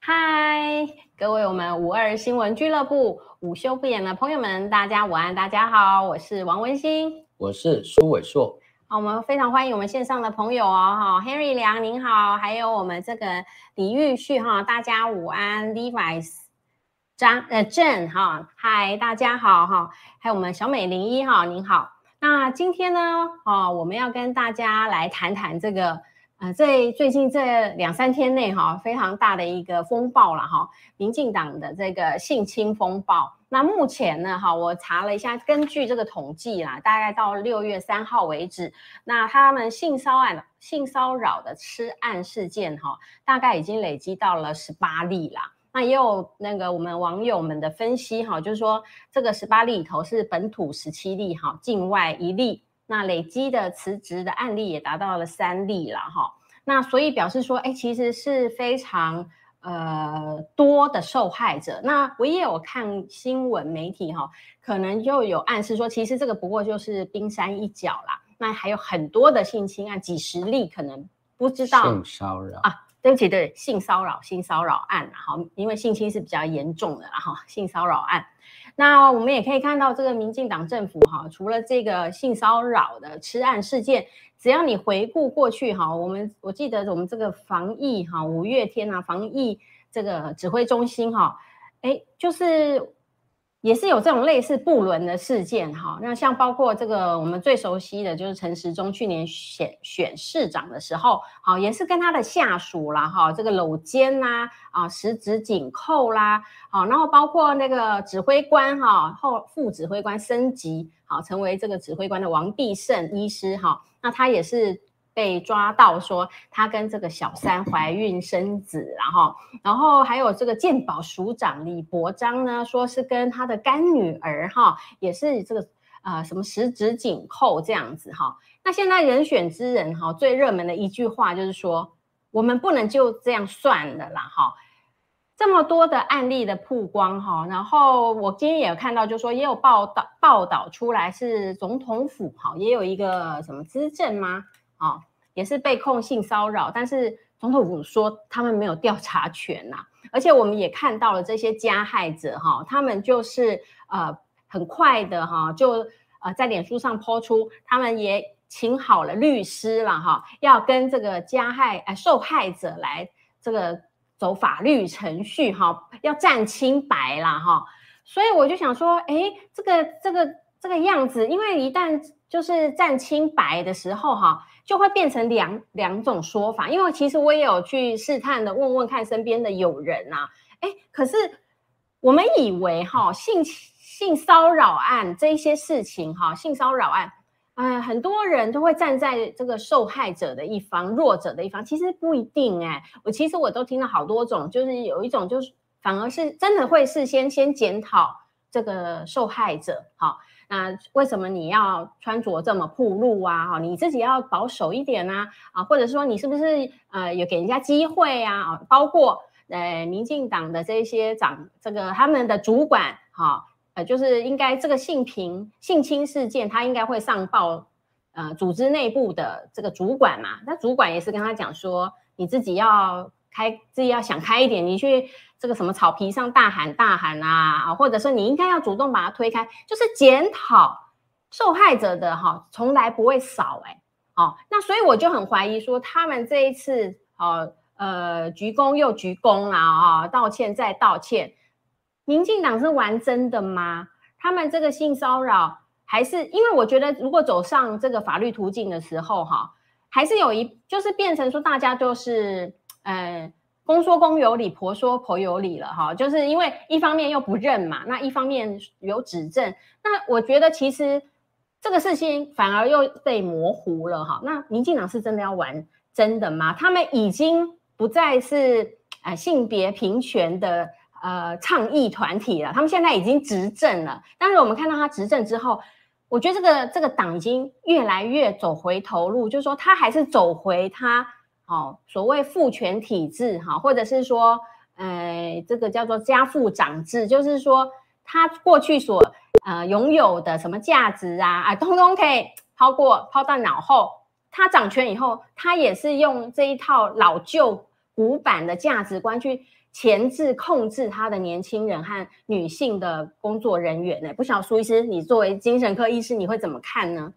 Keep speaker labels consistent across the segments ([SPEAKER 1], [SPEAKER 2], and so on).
[SPEAKER 1] 嗨，各位我们五二新闻俱乐部午休不演的朋友们，大家午安，大家好，我是王文欣。
[SPEAKER 2] 我是苏伟硕，
[SPEAKER 1] 好，我们非常欢迎我们线上的朋友哦，哈，Henry 梁您好，还有我们这个李玉旭哈，大家午安，Levi's 张呃郑哈，嗨，大家好哈，还有我们小美零一哈，您好。那今天呢，哦，我们要跟大家来谈谈这个，呃，在最近这两三天内哈、非常大的一个风暴了哈、民进党的这个性侵风暴。那目前呢，哈，我查了一下，根据这个统计啦，大概到六月三号为止，那他们性骚案、性骚扰的吃案事件哈、大概已经累积到了十八例啦。那也有那个我们网友们的分析哈，就是说这个十八例里头是本土十七例哈，境外一例，那累积的辞职的案例也达到了三例了哈。那所以表示说，哎，其实是非常呃多的受害者。那我也有看新闻媒体哈、可能就有暗示说，其实这个不过就是冰山一角啦。那还有很多的性侵案，几十例可能不知道
[SPEAKER 2] 性骚扰
[SPEAKER 1] 啊对不起，对性骚扰、性骚扰案啊，哈，因为性侵是比较严重的啦，哈，性骚扰案。那我们也可以看到，这个民进党政府哈，除了这个性骚扰的吃案事件，只要你回顾过去哈，我们我记得我们这个防疫哈，五月天啊，防疫这个指挥中心哈，哎，就是也是有这种类似不伦的事件哈。那像包括这个我们最熟悉的就是陈时中去年选选市长的时候，好也是跟他的下属啦哈，这个搂肩啦啊，十指紧扣啦，好，然后包括那个指挥官哈、后副指挥官升级，好、成为这个指挥官的王必胜医师哈、那他也是被抓到说他跟这个小三怀孕生子，然后然后还有这个鉴宝署长李伯章呢，说是跟他的干女儿哈、也是这个呃什么十指紧扣这样子哈、那现在人选之人哈、最热门的一句话就是说，我们不能就这样算了啦哈、这么多的案例的曝光哈，然后我今天也有看到，就说也有报道报道出来是总统府哈，也有一个什么资政吗？哦，也是被控性骚扰，但是总统府说他们没有调查权呐、而且我们也看到了这些加害者哈、他们就是呃很快的哈、就呃在脸书上抛出，他们也请好了律师了哈、要跟这个加害呃受害者来这个走法律程序哈、要占清白啦哈、所以我就想说，诶，这个这个这个样子，因为一旦就是占清白的时候哈、就会变成两两种说法。因为其实我也有去试探的问问看身边的友人啊，诶，可是我们以为哈、性性骚扰案这一些事情哈、性骚扰案。呃，很多人都会站在这个受害者的一方、弱者的一方，其实不一定哎、我其实我都听了好多种，就是有一种就是反而是真的会事先先检讨这个受害者，好，那为什么你要穿着这么暴露啊？哈，你自己要保守一点啊，啊，或者说你是不是呃有给人家机会啊？啊，包括呃民进党的这些长这个他们的主管哈、呃，就是应该这个性平性侵事件，他应该会上报呃组织内部的这个主管嘛。那主管也是跟他讲说，你自己要开，自己要想开一点，你去这个什么草皮上大喊大喊啊，啊或者是你应该要主动把它推开，就是检讨受害者的哈，从来不会少哎、哦，那所以我就很怀疑说，他们这一哦次哦，呃，鞠躬又鞠躬啦啊、道歉再道歉，民进党是玩真的吗？他们这个性骚扰还是因为我觉得，如果走上这个法律途径的时候，哈，还是有一就是变成说大家就是呃公说公有理，婆说婆有理了哈，就是因为一方面又不认嘛，那一方面有指证，那我觉得其实这个事情反而又被模糊了哈。那民进党是真的要玩真的吗？他们已经不再是呃性别平权的。呃，倡议团体了，他们现在已经执政了。但是我们看到他执政之后，我觉得这个这个党已经越来越走回头路，就是说他还是走回他哦所谓父权体制哈、哦，或者是说，呃，这个叫做家父长制，就是说他过去所呃拥有的什么价值啊啊，通通可以抛过抛到脑后。他掌权以后，他也是用这一套老旧古板的价值观去。前置控制他的年轻人和女性的工作人员呢、欸？不晓得苏医师，你作为精神科医师，你会怎么看呢？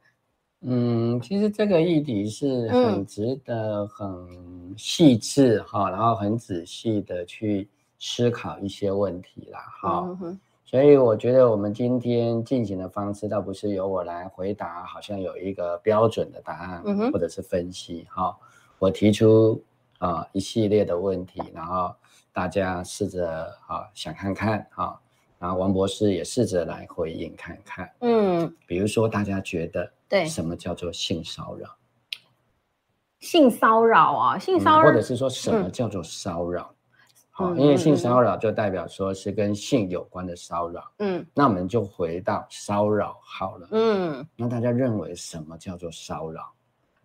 [SPEAKER 2] 嗯，其实这个议题是
[SPEAKER 1] 嗯
[SPEAKER 2] 很值得、很细致哈、嗯，然后很仔细的去思考一些问题啦。哈、嗯，所以我觉得我们今天进行的方式，倒不是由我来回答，好像有一个标准的答案，嗯、或者是分析哈。我提出啊、呃、一系列的问题，然后。大家试着啊想看看啊，然后王博士也试着来回应看看，嗯，比如说大家觉得
[SPEAKER 1] 对
[SPEAKER 2] 什么叫做性骚扰？
[SPEAKER 1] 性骚扰啊，性骚扰、嗯，
[SPEAKER 2] 或者是说什么叫做骚扰？好、嗯啊，因为性骚扰就代表说是跟性有关的骚扰，嗯，那我们就回到骚扰好了，嗯，那大家认为什么叫做骚扰？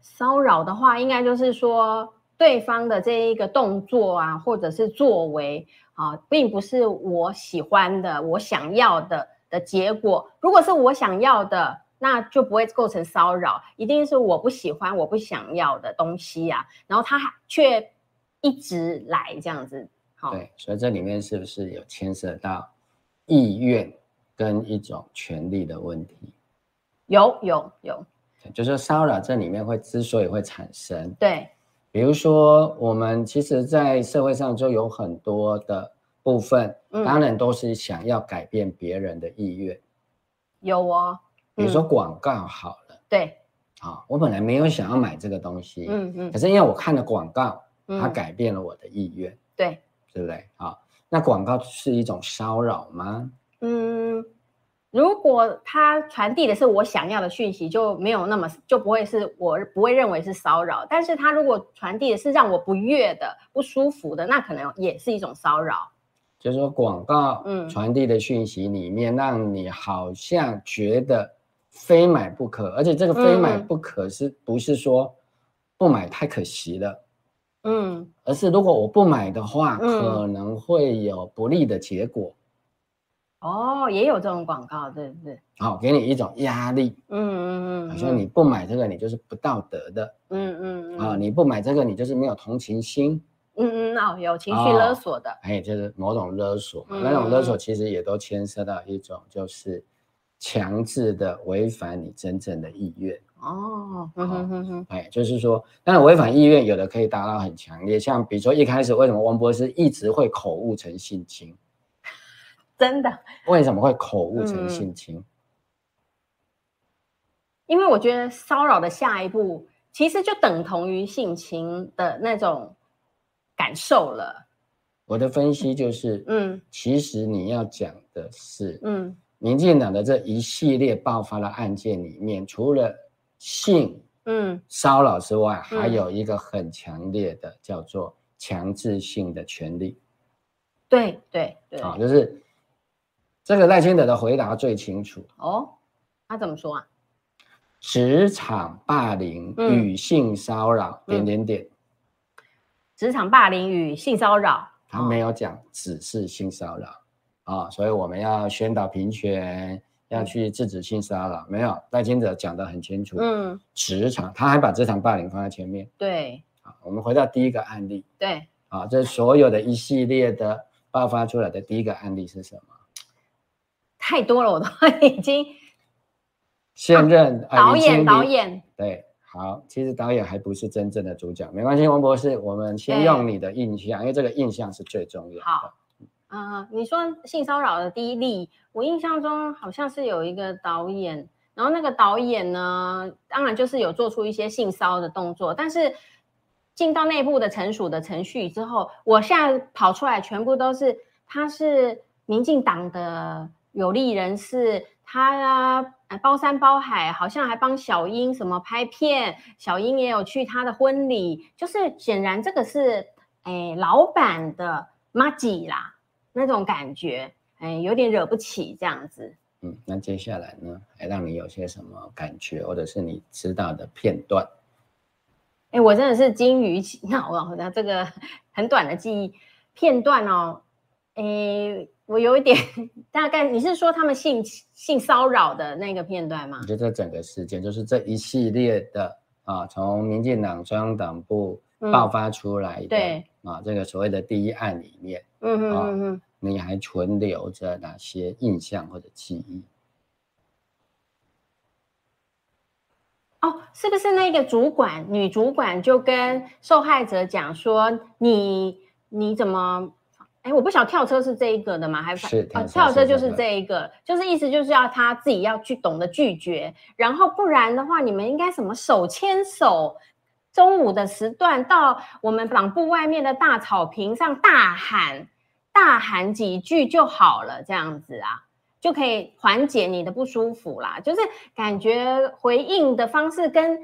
[SPEAKER 1] 骚扰的话，应该就是说。对方的这一个动作啊，或者是作为啊，并不是我喜欢的、我想要的的结果。如果是我想要的，那就不会构成骚扰，一定是我不喜欢、我不想要的东西呀、啊。然后他却一直来这样子，
[SPEAKER 2] 好。对，所以这里面是不是有牵涉到意愿跟一种权利的问题？
[SPEAKER 1] 有有有，
[SPEAKER 2] 就是骚扰这里面会之所以会产生，
[SPEAKER 1] 对。
[SPEAKER 2] 比如说，我们其实，在社会上就有很多的部分，嗯、当然都是想要改变别人的意愿。
[SPEAKER 1] 有哦，
[SPEAKER 2] 比如说广告好了，嗯、
[SPEAKER 1] 对，
[SPEAKER 2] 啊、哦，我本来没有想要买这个东西，嗯嗯，可是因为我看了广告，嗯、它改变了我的意愿，
[SPEAKER 1] 对，
[SPEAKER 2] 对不对？啊、哦，那广告是一种骚扰吗？
[SPEAKER 1] 嗯，如果它传递的是我想要的讯息，就没有那么就不会是我不会认为是骚扰。但是它如果传递的是让我不悦的、不舒服的，那可能也是一种骚扰。
[SPEAKER 2] 就是说，广告嗯传递的讯息里面，让你好像觉得非买不可，而且这个非买不可是不是说不买太可惜了，嗯，而是如果我不买的话，嗯、可能会有不利的结果。
[SPEAKER 1] 哦，也有这种广告，对不对？
[SPEAKER 2] 好、哦，给你一种压力，嗯嗯嗯，好像你不买这个，你就是不道德的，嗯嗯，啊、嗯哦，你不买这个，你就是没有同情心，
[SPEAKER 1] 嗯嗯，哦，有情绪勒索的，
[SPEAKER 2] 哎、哦，就是某种勒索嘛、嗯，那种勒索其实也都牵涉到一种就是强制的违反你真正的意愿，哦，嗯哼哼哼，哎，就是说，当然违反意愿有的可以达到很强烈，像比如说一开始为什么王博士一直会口误成性侵？
[SPEAKER 1] 真的？
[SPEAKER 2] 为什么会口误成性侵、嗯？
[SPEAKER 1] 因为我觉得骚扰的下一步其实就等同于性侵的那种感受了。
[SPEAKER 2] 我的分析就是，嗯，其实你要讲的是，嗯，民进党的这一系列爆发的案件里面，除了性嗯骚扰之外、嗯，还有一个很强烈的叫做强制性的权利。
[SPEAKER 1] 对对对，
[SPEAKER 2] 啊、哦，就是。这个赖清德的回答最清楚
[SPEAKER 1] 哦，他怎么说啊？
[SPEAKER 2] 职场霸凌与性骚扰、嗯嗯、点点点。
[SPEAKER 1] 职场霸凌与性骚扰，
[SPEAKER 2] 他没有讲只是性骚扰啊、哦哦，所以我们要宣导平权，嗯、要去制止性骚扰。没有，赖清德讲的很清楚。嗯，职场，他还把职场霸凌放在前面。
[SPEAKER 1] 对，
[SPEAKER 2] 啊，我们回到第一个案例。
[SPEAKER 1] 对，
[SPEAKER 2] 啊，这所有的一系列的爆发出来的第一个案例是什么？
[SPEAKER 1] 太多了，我都 已经
[SPEAKER 2] 现任、啊、
[SPEAKER 1] 导演导演
[SPEAKER 2] 对，好，其实导演还不是真正的主角，没关系，王博士，我们先用你的印象，因为这个印象是最重要的。
[SPEAKER 1] 好，嗯、呃，你说性骚扰的第一例，我印象中好像是有一个导演，然后那个导演呢，当然就是有做出一些性骚的动作，但是进到内部的成熟的程序之后，我现在跑出来全部都是他是民进党的有利人士，他、呃、包山包海，好像还帮小英什么拍片，小英也有去他的婚礼，就是显然这个是。哎，老板的妈吉啦，那种感觉，哎，有点惹不起这样子。
[SPEAKER 2] 嗯，那接下来呢，还让你有些什么感觉，或者是你知道的片段？
[SPEAKER 1] 哎，我真的是金鱼 脑啊！那这个很短的记忆片段哦，哎，我有一点 大概，你是说他们性性骚扰的那个片段吗？
[SPEAKER 2] 就这整个事件，就是这一系列的啊，从民进党中央党部爆发出来的。嗯
[SPEAKER 1] 对
[SPEAKER 2] 啊，这个所谓的第一案里面，
[SPEAKER 1] 嗯哼嗯哼、啊，
[SPEAKER 2] 你还存留着哪些印象或者记忆？
[SPEAKER 1] 哦，是不是那个主管女主管就跟受害者讲说你你怎么？哎，我不晓跳车是这一个的吗？还
[SPEAKER 2] 是
[SPEAKER 1] 啊，跳车就是这一个，就是意思就是要他自己要去懂得拒绝，然后不然的话，你们应该什么手牵手。中午的时段，到我们党部外面的大草坪上大喊、大喊几句就好了，这样子啊，就可以缓解你的不舒服啦。就是感觉回应的方式跟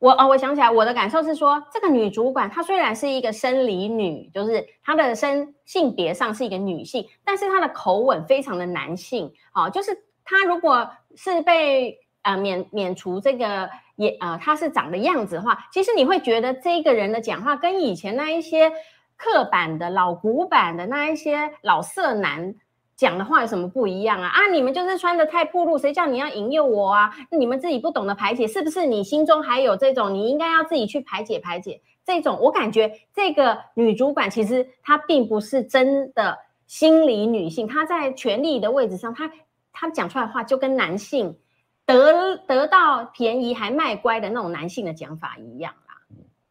[SPEAKER 1] 我哦，我想起来，我的感受是说，这个女主管她虽然是一个生理女，就是她的身性别上是一个女性，但是她的口吻非常的男性。好、哦，就是她如果是被呃免免除这个。也啊，他、呃、是长的样子的话，其实你会觉得这个人的讲话跟以前那一些刻板的老古板的那一些老色男讲的话有什么不一样啊？啊，你们就是穿的太暴露，谁叫你要引诱我啊？你们自己不懂得排解，是不是？你心中还有这种，你应该要自己去排解排解这种。我感觉这个女主管其实她并不是真的心理女性，她在权力的位置上，她她讲出来的话就跟男性。得得到便宜还卖乖的那种男性的讲法一样啦，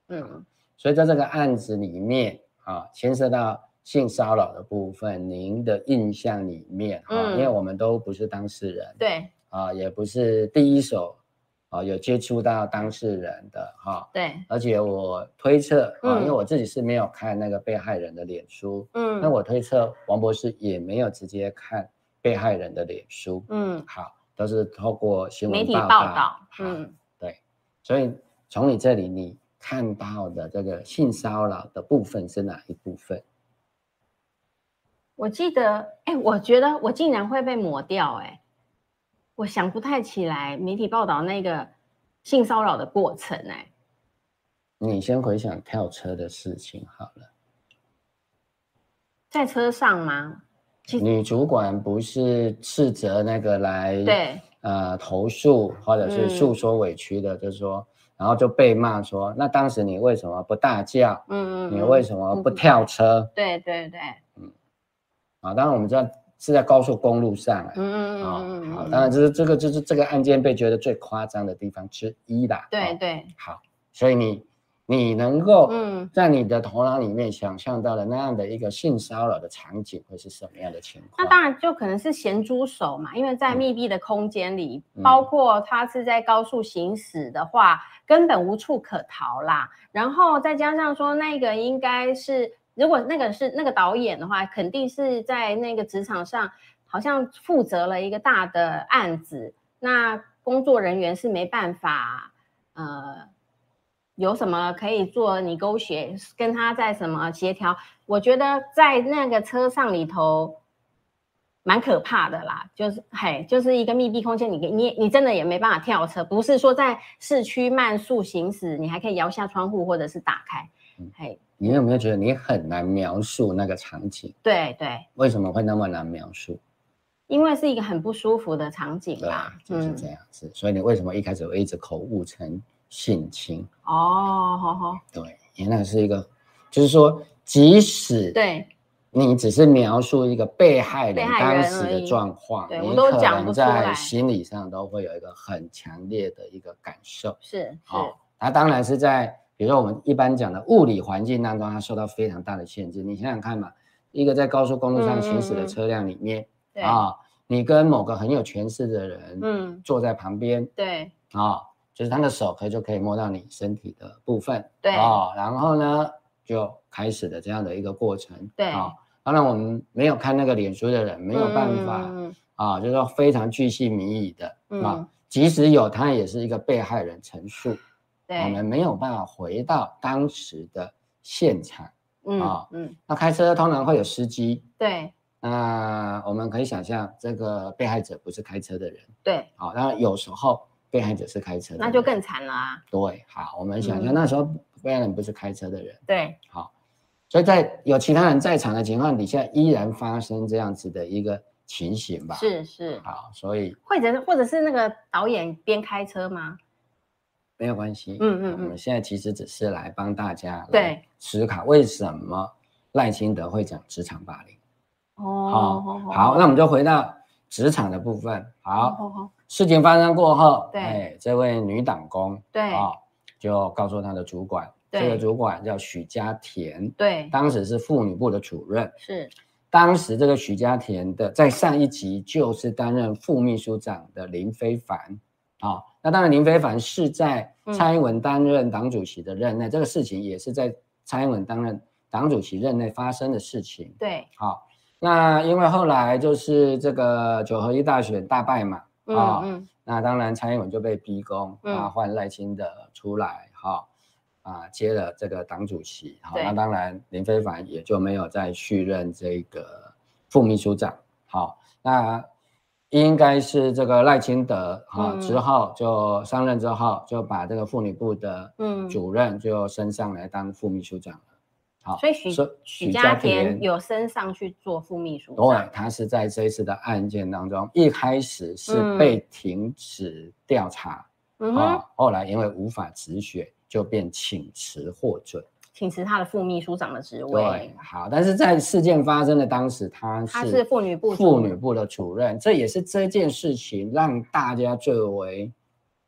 [SPEAKER 1] 嗯，
[SPEAKER 2] 所以在这个案子里面啊，牵涉到性骚扰的部分，您的印象里面啊，嗯、因为我们都不是当事人，
[SPEAKER 1] 对，
[SPEAKER 2] 啊，也不是第一手啊有接触到当事人的哈，啊、
[SPEAKER 1] 对，
[SPEAKER 2] 而且我推测啊，嗯、因为我自己是没有看那个被害人的脸书，嗯，那我推测王博士也没有直接看被害人的脸书，嗯，好。都是透过新闻
[SPEAKER 1] 媒体
[SPEAKER 2] 报
[SPEAKER 1] 道，嗯，
[SPEAKER 2] 对，所以从你这里你看到的这个性骚扰的部分是哪一部分？
[SPEAKER 1] 我记得，哎，我觉得我竟然会被抹掉、欸，哎，我想不太起来媒体报道那个性骚扰的过程、欸，哎，
[SPEAKER 2] 你先回想跳车的事情好了，
[SPEAKER 1] 在车上吗？
[SPEAKER 2] 女主管不是斥责那个来
[SPEAKER 1] 对
[SPEAKER 2] 呃投诉或者是诉说委屈的，嗯、就是说，然后就被骂说，那当时你为什么不大叫？嗯,嗯嗯，你为什么不跳车？嗯、
[SPEAKER 1] 对对对，嗯，
[SPEAKER 2] 啊，当然我们知道是在高速公路上、欸，嗯嗯嗯、哦、好，当然这是这个就是这个案件被觉得最夸张的地方之一啦。
[SPEAKER 1] 对对、哦，
[SPEAKER 2] 好，所以你。你能够嗯，在你的头脑里面想象到的那样的一个性骚扰的场景会是什么样的情况？
[SPEAKER 1] 那当然就可能是咸猪手嘛，因为在密闭的空间里，嗯、包括他是在高速行驶的话，嗯、根本无处可逃啦。然后再加上说那个应该是，如果那个是那个导演的话，肯定是在那个职场上好像负责了一个大的案子，那工作人员是没办法呃。有什么可以做？你勾协跟他在什么协调？我觉得在那个车上里头，蛮可怕的啦。就是嘿，就是一个密闭空间，你你你真的也没办法跳车。不是说在市区慢速行驶，你还可以摇下窗户或者是打开。嗯、嘿，
[SPEAKER 2] 你有没有觉得你很难描述那个场景？
[SPEAKER 1] 对对。对
[SPEAKER 2] 为什么会那么难描述？
[SPEAKER 1] 因为是一个很不舒服的场景啦，
[SPEAKER 2] 啊就是这样子。嗯、所以你为什么一开始会一直口误成？性侵
[SPEAKER 1] 哦，好好，
[SPEAKER 2] 对，因为那是一个，就是说，即使
[SPEAKER 1] 对，
[SPEAKER 2] 你只是描述一个被害人当时的状况，
[SPEAKER 1] 对我都讲不
[SPEAKER 2] 在心理上都会有一个很强烈的一个感受，
[SPEAKER 1] 是
[SPEAKER 2] 哦，它当然是在，比如说我们一般讲的物理环境当中，它受到非常大的限制。你想想看嘛，一个在高速公路上行
[SPEAKER 1] 嗯嗯
[SPEAKER 2] 驶的
[SPEAKER 1] 嗯
[SPEAKER 2] 车辆里面
[SPEAKER 1] 对，
[SPEAKER 2] 啊，你跟某个很有权势的人
[SPEAKER 1] 嗯，
[SPEAKER 2] 坐在旁边
[SPEAKER 1] 对，
[SPEAKER 2] 啊，就是他的手可以就可以摸到你身体的部分，
[SPEAKER 1] 对
[SPEAKER 2] 啊，然后呢就开始了这样的一个过程，
[SPEAKER 1] 对
[SPEAKER 2] 啊，当然我们没有看那个脸书的人没有办法。
[SPEAKER 1] 嗯
[SPEAKER 2] 啊，就是说非常巨细靡遗的、
[SPEAKER 1] 嗯
[SPEAKER 2] 啊。即使有，他也是一个被害人陈述，我
[SPEAKER 1] 对，
[SPEAKER 2] 们没有办法回到当时的现场。
[SPEAKER 1] 嗯
[SPEAKER 2] 啊
[SPEAKER 1] 嗯，
[SPEAKER 2] 那开车通常会有司机，
[SPEAKER 1] 对
[SPEAKER 2] 那我们可以想象，这个被害者不是开车的人，
[SPEAKER 1] 对，
[SPEAKER 2] 啊，那有时候被害者是开车的人，
[SPEAKER 1] 那就更惨了啊，
[SPEAKER 2] 对。好，我们想
[SPEAKER 1] 嗯
[SPEAKER 2] 象那时候被害人不是开车的人，
[SPEAKER 1] 对，
[SPEAKER 2] 好，所以在有其他人在场的情况底下，依然发生这样子的一个情形吧。，
[SPEAKER 1] 是是，
[SPEAKER 2] 好，所以
[SPEAKER 1] 或者或者是那个导演边开车吗？
[SPEAKER 2] 没有关系，
[SPEAKER 1] 嗯嗯
[SPEAKER 2] 我们现在其实只是来帮大家
[SPEAKER 1] 对
[SPEAKER 2] 来思考为什么赖清德会讲职场霸凌。
[SPEAKER 1] 哦，
[SPEAKER 2] 好，那我们就回到职场的部分。
[SPEAKER 1] 好，
[SPEAKER 2] 好，
[SPEAKER 1] 好，好，
[SPEAKER 2] 事情发生过后，
[SPEAKER 1] 对
[SPEAKER 2] 哎，这位女党工
[SPEAKER 1] 对
[SPEAKER 2] 哦就告诉她的主管，
[SPEAKER 1] 对
[SPEAKER 2] 这个主管叫许家田，
[SPEAKER 1] 对，
[SPEAKER 2] 当时是妇女部的主任。
[SPEAKER 1] 是，
[SPEAKER 2] 当时这个许家田的在上一集就是担任副秘书长的林非凡啊、那当然林非凡是在
[SPEAKER 1] 嗯
[SPEAKER 2] 蔡英文担任党主席的任内，这个事情也是在蔡英文担任党主席任内发生的事情。
[SPEAKER 1] 对，
[SPEAKER 2] 好、那因为后来就是这个九合一大选大败嘛，
[SPEAKER 1] 嗯
[SPEAKER 2] 啊
[SPEAKER 1] 嗯，
[SPEAKER 2] 那当然蔡英文就被逼宫，
[SPEAKER 1] 嗯
[SPEAKER 2] 啊换赖清德出来哈。啊，接了这个党主席，好，
[SPEAKER 1] 对
[SPEAKER 2] 那当然林非凡也就没有再续任这个副秘书长，好，那应该是这个赖清德哈、
[SPEAKER 1] 嗯
[SPEAKER 2] 之后就上任之后就把这个妇女部的
[SPEAKER 1] 嗯
[SPEAKER 2] 主任就升上来当副秘书长了，好，
[SPEAKER 1] 所以许
[SPEAKER 2] 所
[SPEAKER 1] 许
[SPEAKER 2] 许
[SPEAKER 1] 家
[SPEAKER 2] 家
[SPEAKER 1] 田
[SPEAKER 2] 田
[SPEAKER 1] 有升上去做副秘书
[SPEAKER 2] 对
[SPEAKER 1] 长，，
[SPEAKER 2] 他是在这一次的案件当中，一开始是被停止调查啊、
[SPEAKER 1] 嗯哼，
[SPEAKER 2] 后来因为无法止血，就变请辞获准。
[SPEAKER 1] 请辞他的副秘书长的职
[SPEAKER 2] 对
[SPEAKER 1] 位，，
[SPEAKER 2] 好，但是在事件发生的当时，他
[SPEAKER 1] 他是
[SPEAKER 2] 是
[SPEAKER 1] 妇女部
[SPEAKER 2] 妇女部的主任，这也是这件事情让大家 最为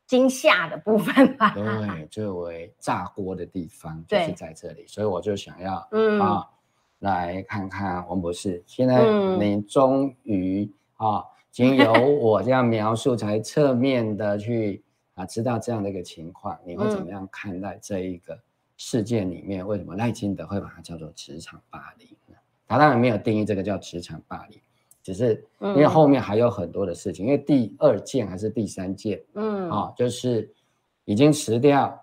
[SPEAKER 1] 惊吓的部分吧？
[SPEAKER 2] 对最为炸锅的地方，就是
[SPEAKER 1] 对
[SPEAKER 2] 在这里，所以我就想要
[SPEAKER 1] 嗯，
[SPEAKER 2] 啊，来看看王博士，现在
[SPEAKER 1] 嗯
[SPEAKER 2] 你终于啊，经由我这样描述，才侧面的去啊知道这样的一个情况，你会怎
[SPEAKER 1] 嗯
[SPEAKER 2] 么样看待这一个事件里面？为什么赖清德会把它叫做职场霸凌呢？他当然没有定义这个叫职场霸凌，只是因为
[SPEAKER 1] 嗯
[SPEAKER 2] 后面还有很多的事情，因为第二件还是第三件
[SPEAKER 1] 嗯，
[SPEAKER 2] 啊，就是已经辞掉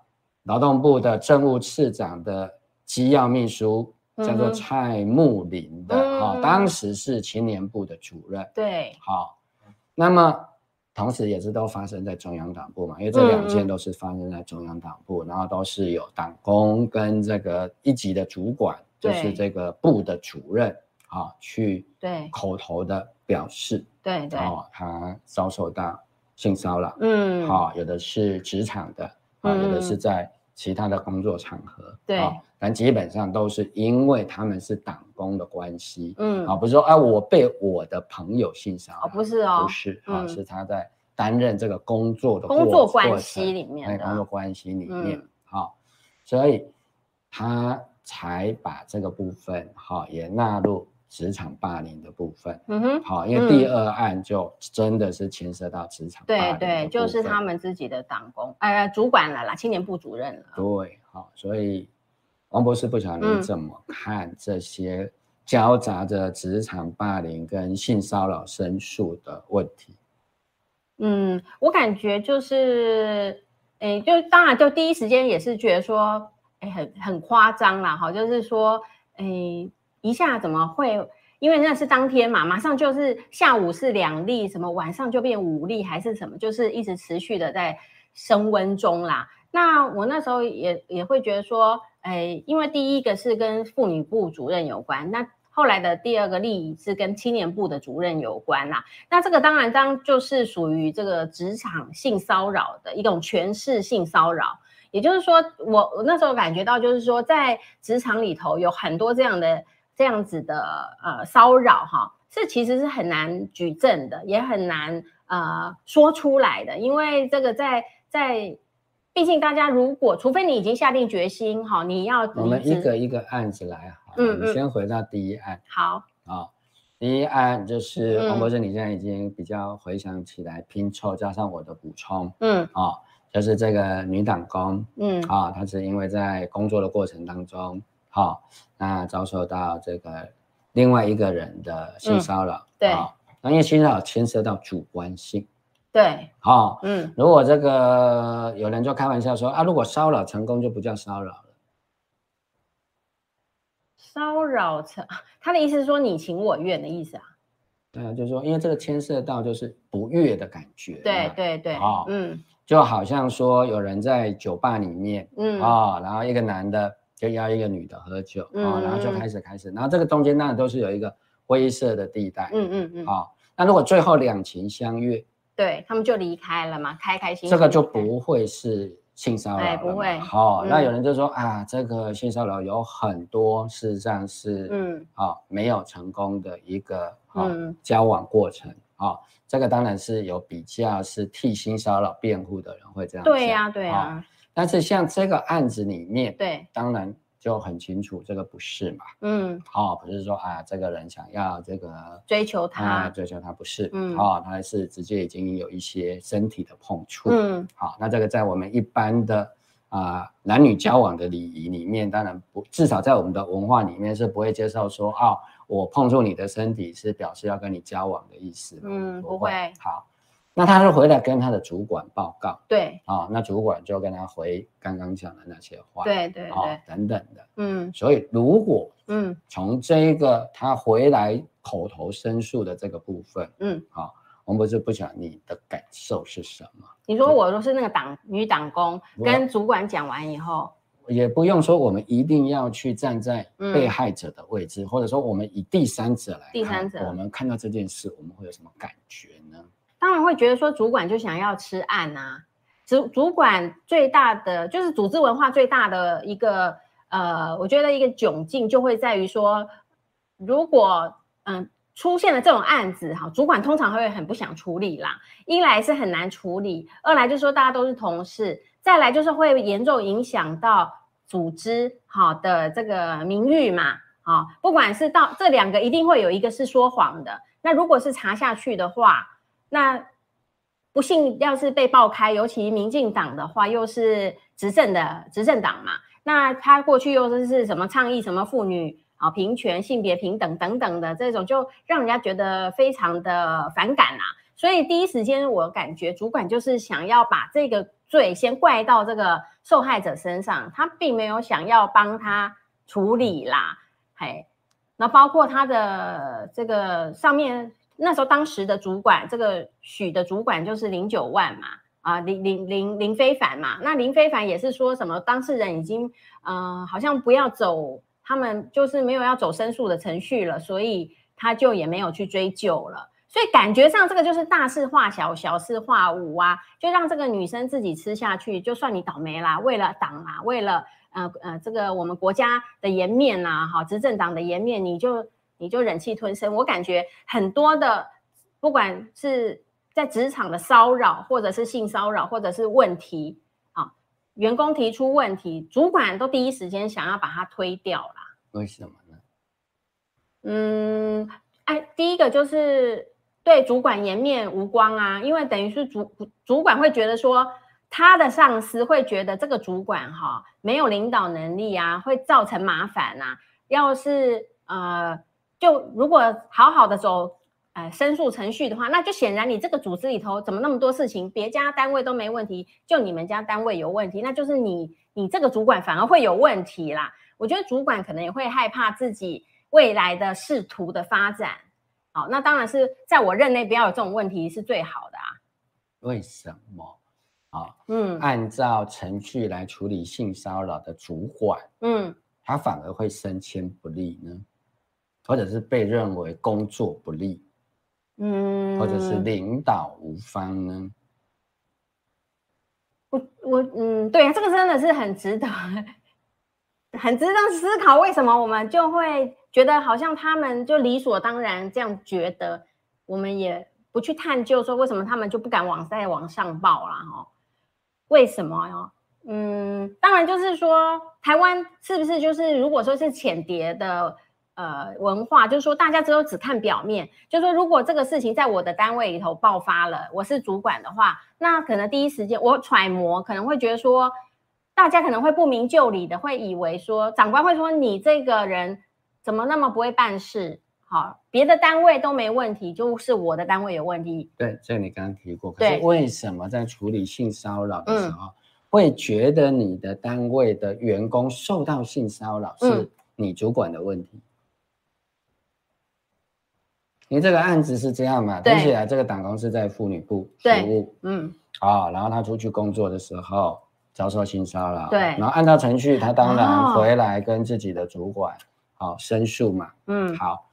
[SPEAKER 2] 劳动部的政务次长的机要秘书，叫
[SPEAKER 1] 嗯
[SPEAKER 2] 做
[SPEAKER 1] 哼
[SPEAKER 2] 蔡木林的啊，
[SPEAKER 1] 嗯
[SPEAKER 2] 当时是青年部的主任。
[SPEAKER 1] 对，
[SPEAKER 2] 好，那么同时也是都发生在中央党部嘛，因为这
[SPEAKER 1] 嗯
[SPEAKER 2] 两件都是发生在中央党部，然后都是有党工跟这个一级的主管，就
[SPEAKER 1] 对
[SPEAKER 2] 是这个部的主任啊，去
[SPEAKER 1] 对
[SPEAKER 2] 口头的表示
[SPEAKER 1] 对对，
[SPEAKER 2] 哦，他遭受到性骚扰。
[SPEAKER 1] 嗯，
[SPEAKER 2] 好、有的是职场的，啊，有的是
[SPEAKER 1] 嗯
[SPEAKER 2] 在其他的工作场合，
[SPEAKER 1] 对
[SPEAKER 2] 啊但基本上都是因为他们是党工的关系，
[SPEAKER 1] 嗯，
[SPEAKER 2] 啊，不是说啊我被我的朋友性骚扰，
[SPEAKER 1] 哦不是哦
[SPEAKER 2] 不是啊，
[SPEAKER 1] 嗯
[SPEAKER 2] 是他在担任这个工作的
[SPEAKER 1] 工
[SPEAKER 2] 过
[SPEAKER 1] 作关
[SPEAKER 2] 过
[SPEAKER 1] 系
[SPEAKER 2] 程
[SPEAKER 1] 里面
[SPEAKER 2] 哎
[SPEAKER 1] 的
[SPEAKER 2] 工作关系里面
[SPEAKER 1] 嗯，
[SPEAKER 2] 好、所以他才把这个部分好、也纳入职场霸凌的部分。
[SPEAKER 1] 嗯哼，
[SPEAKER 2] 好，因为第二案就真的是牵涉到职场霸凌
[SPEAKER 1] 对
[SPEAKER 2] 的
[SPEAKER 1] 对，就
[SPEAKER 2] 部
[SPEAKER 1] 是
[SPEAKER 2] 分
[SPEAKER 1] 他们自己的党工，呃，主管了啦，青年部主任了，
[SPEAKER 2] 对，好，所以王博士不晓得
[SPEAKER 1] 嗯
[SPEAKER 2] 你怎么看这些交杂着职场霸凌跟性骚扰申诉的问题？
[SPEAKER 1] 嗯，我感觉就是，诶，就当然就第一时间也是觉得说，诶，很很夸张啦，哈，就是说，诶，一下怎么会？因为那是当天嘛，马上就是下午是两例，什么晚上就变五例，还是什么，就是一直持续的在升温中啦。那我那时候也也会觉得说，诶，因为第一个是跟妇女部主任有关，那后来的第二个例是跟青年部的主任有关啦。那这个当然当就是属于这个职场性骚扰的一种权势性骚扰，也就是说，我我那时候感觉到就是说，在职场里头有很多这样的这样子的呃骚扰哈，这其实是很难举证的，也很难呃说出来的，因为这个在在毕竟大家如果，除非你已经下定决心，哈，你要
[SPEAKER 2] 我们一个一个案子来好，
[SPEAKER 1] 嗯
[SPEAKER 2] 嗯，我们先回到第一案
[SPEAKER 1] 好，
[SPEAKER 2] 啊、第一案就是
[SPEAKER 1] 嗯
[SPEAKER 2] 王博士，你现在已经比较回想起来拼凑，加上我的补充
[SPEAKER 1] 嗯
[SPEAKER 2] 啊、就是这个女党工
[SPEAKER 1] 嗯
[SPEAKER 2] 啊、她是因为在工作的过程当中，好、那遭受到这个另外一个人的性
[SPEAKER 1] 嗯
[SPEAKER 2] 骚扰，
[SPEAKER 1] 对
[SPEAKER 2] 啊那因为性骚扰牵涉到主观性，
[SPEAKER 1] 对，
[SPEAKER 2] 好、
[SPEAKER 1] 嗯
[SPEAKER 2] 如果这个有人就开玩笑说啊，如果骚扰成功就不叫骚扰了，
[SPEAKER 1] 骚扰成， 他的意思是说你情我愿的意思啊，
[SPEAKER 2] 对啊，就是说因为这个牵涉到就是不悦的感觉，
[SPEAKER 1] 对，对对
[SPEAKER 2] 嗯哦，
[SPEAKER 1] 嗯
[SPEAKER 2] 就好像说有人在酒吧里面啊、
[SPEAKER 1] 嗯
[SPEAKER 2] 哦然后一个男的就邀一个女的喝酒啊、哦然后就
[SPEAKER 1] 嗯嗯嗯
[SPEAKER 2] 开始开始，然后这个中间当然都是有一个灰色的地带，
[SPEAKER 1] 嗯嗯嗯，
[SPEAKER 2] 哦，那如果最后两情相悦，
[SPEAKER 1] 对他们就离开了嘛，开开心心
[SPEAKER 2] 这个就
[SPEAKER 1] 离开
[SPEAKER 2] 不会是性骚扰了嘛，
[SPEAKER 1] 哎不会
[SPEAKER 2] 好、
[SPEAKER 1] 嗯
[SPEAKER 2] 那有人就说啊，这个性骚扰有很多事实上是
[SPEAKER 1] 嗯
[SPEAKER 2] 啊、没有成功的一个啊、
[SPEAKER 1] 嗯
[SPEAKER 2] 交往过程啊、这个当然是有比较是替性骚扰辩护的人会这样
[SPEAKER 1] 对呀、
[SPEAKER 2] 想
[SPEAKER 1] 对
[SPEAKER 2] 啊
[SPEAKER 1] 呀、
[SPEAKER 2] 但是像这个案子里面，，
[SPEAKER 1] 对，
[SPEAKER 2] 当然就很清楚这个不是嘛，
[SPEAKER 1] 嗯，
[SPEAKER 2] 哦，不是说啊这个人想要这个。
[SPEAKER 1] 追求
[SPEAKER 2] 啊，
[SPEAKER 1] 他，
[SPEAKER 2] 追求他不是，
[SPEAKER 1] 嗯
[SPEAKER 2] 哦，他是直接已经有一些身体的碰触，
[SPEAKER 1] 嗯
[SPEAKER 2] 好，那这个在我们一般的啊、男女交往的礼仪里面，当然不，至少在我们的文化里面是不会接受说哦，我碰触你的身体是表示要跟你交往的意思嘛。
[SPEAKER 1] 嗯不会
[SPEAKER 2] 好，那他就回来跟他的主管报告
[SPEAKER 1] 对
[SPEAKER 2] 啊、哦，那主管就跟他回刚刚讲的那些话，
[SPEAKER 1] 对对
[SPEAKER 2] 哦
[SPEAKER 1] 对，，
[SPEAKER 2] 等等的。
[SPEAKER 1] 嗯
[SPEAKER 2] 所以如果
[SPEAKER 1] 嗯
[SPEAKER 2] 从这一个他回来口头申诉的这个部分，啊
[SPEAKER 1] 嗯，
[SPEAKER 2] 好、我们不是不讲你的感受是什么。
[SPEAKER 1] 你说我都是那个党女党工，
[SPEAKER 2] 我
[SPEAKER 1] 跟主管讲完以后，
[SPEAKER 2] 也不用说我们一定要去站在
[SPEAKER 1] 嗯
[SPEAKER 2] 被害者的位置，或者说我们以第三者来看，
[SPEAKER 1] 第三者
[SPEAKER 2] 我们看到这件事，我们会有什么感觉呢？
[SPEAKER 1] 当然会觉得说主管就想要吃案啊，主主管最大的就是组织文化最大的一个呃，我觉得一个窘境就会在于说，如果嗯、出现了这种案子哈，主管通常会很不想处理啦，一来是很难处理，二来就是说大家都是同事，再来就是会严重影响到组织好的这个名誉嘛。好、不管是到这两个，一定会有一个是说谎的。那如果是查下去的话，那不幸要是被爆开，尤其民进党的话，又是执政的执政党嘛，那他过去又是是什么倡议什么妇女啊平权、性别平等等等的这种，就让人家觉得非常的反感啦、所以第一时间我感觉主管就是想要把这个罪先怪到这个受害者身上，他并没有想要帮他处理啦，嘿，那包括他的这个上面那时候当时的主管，这个许的主管就是林九万嘛，啊、林林林林非凡嘛，那林非凡也是说什么当事人已经呃好像不要走，他们就是没有要走申诉的程序了，所以他就也没有去追究了。所以感觉上，这个就是大事化小，小事化无啊，就让这个女生自己吃下去，就算你倒霉啦，为了党啦，为了呃呃这个我们国家的颜面呐、哈，执政党的颜面，你就你就忍气吞声。我感觉很多的，不管是在职场的骚扰，或者是性骚扰，或者是问题啊，员工提出问题，主管都第一时间想要把它推掉啦。
[SPEAKER 2] 为什么呢？
[SPEAKER 1] 嗯，哎，第一个就是对主管颜面无光啊，因为等于是主主管会觉得说，他的上司会觉得这个主管哈、没有领导能力啊，会造成麻烦啊。要是呃，就如果好好的走呃申诉程序的话，那就显然你这个组织里头怎么那么多事情，别家单位都没问题，就你们家单位有问题，那就是你你这个主管反而会有问题啦。我觉得主管可能也会害怕自己未来的仕途的发展。好，那当然是在我任内不要有这种问题是最好的啊。
[SPEAKER 2] 为什么？啊，
[SPEAKER 1] 嗯
[SPEAKER 2] 按照程序来处理性骚扰的主管，
[SPEAKER 1] 嗯，
[SPEAKER 2] 他反而会升迁不利呢，或者是被认为工作不利，
[SPEAKER 1] 嗯，
[SPEAKER 2] 或者是领导无方呢？
[SPEAKER 1] 我我嗯，对啊，这个真的是很值得， 很值得思考。为什么我们就会觉得好像他们就理所当然这样觉得，我们也不去探究说为什么他们就不敢往再往上报啦？哦，为什么哟、嗯，当然就是说，台湾是不是就是如果说是浅碟的呃文化，就是说大家只有只看表面，就是说如果这个事情在我的单位里头爆发了，我是主管的话，那可能第一时间我揣摩可能会觉得说，大家可能会不明就里的会以为说，长官会说你这个人怎么那么不会办事。好，别的单位都没问题，就是我的单位有问题。
[SPEAKER 2] 对，这你刚刚提过。可
[SPEAKER 1] 对
[SPEAKER 2] 是为什么在处理性骚扰的时
[SPEAKER 1] 嗯
[SPEAKER 2] 候，会觉得你的单位的员工受到性骚扰
[SPEAKER 1] 嗯
[SPEAKER 2] 是你主管的问题？你这个案子是这样嘛？
[SPEAKER 1] 对
[SPEAKER 2] 听起来啊这个党工是在妇女部服
[SPEAKER 1] 对
[SPEAKER 2] 务
[SPEAKER 1] 嗯，
[SPEAKER 2] 啊、然后他出去工作的时候遭受性骚扰，
[SPEAKER 1] 对
[SPEAKER 2] 然后按照程序，他当
[SPEAKER 1] 哦
[SPEAKER 2] 然回来跟自己的主管好、申诉嘛。
[SPEAKER 1] 嗯
[SPEAKER 2] 好，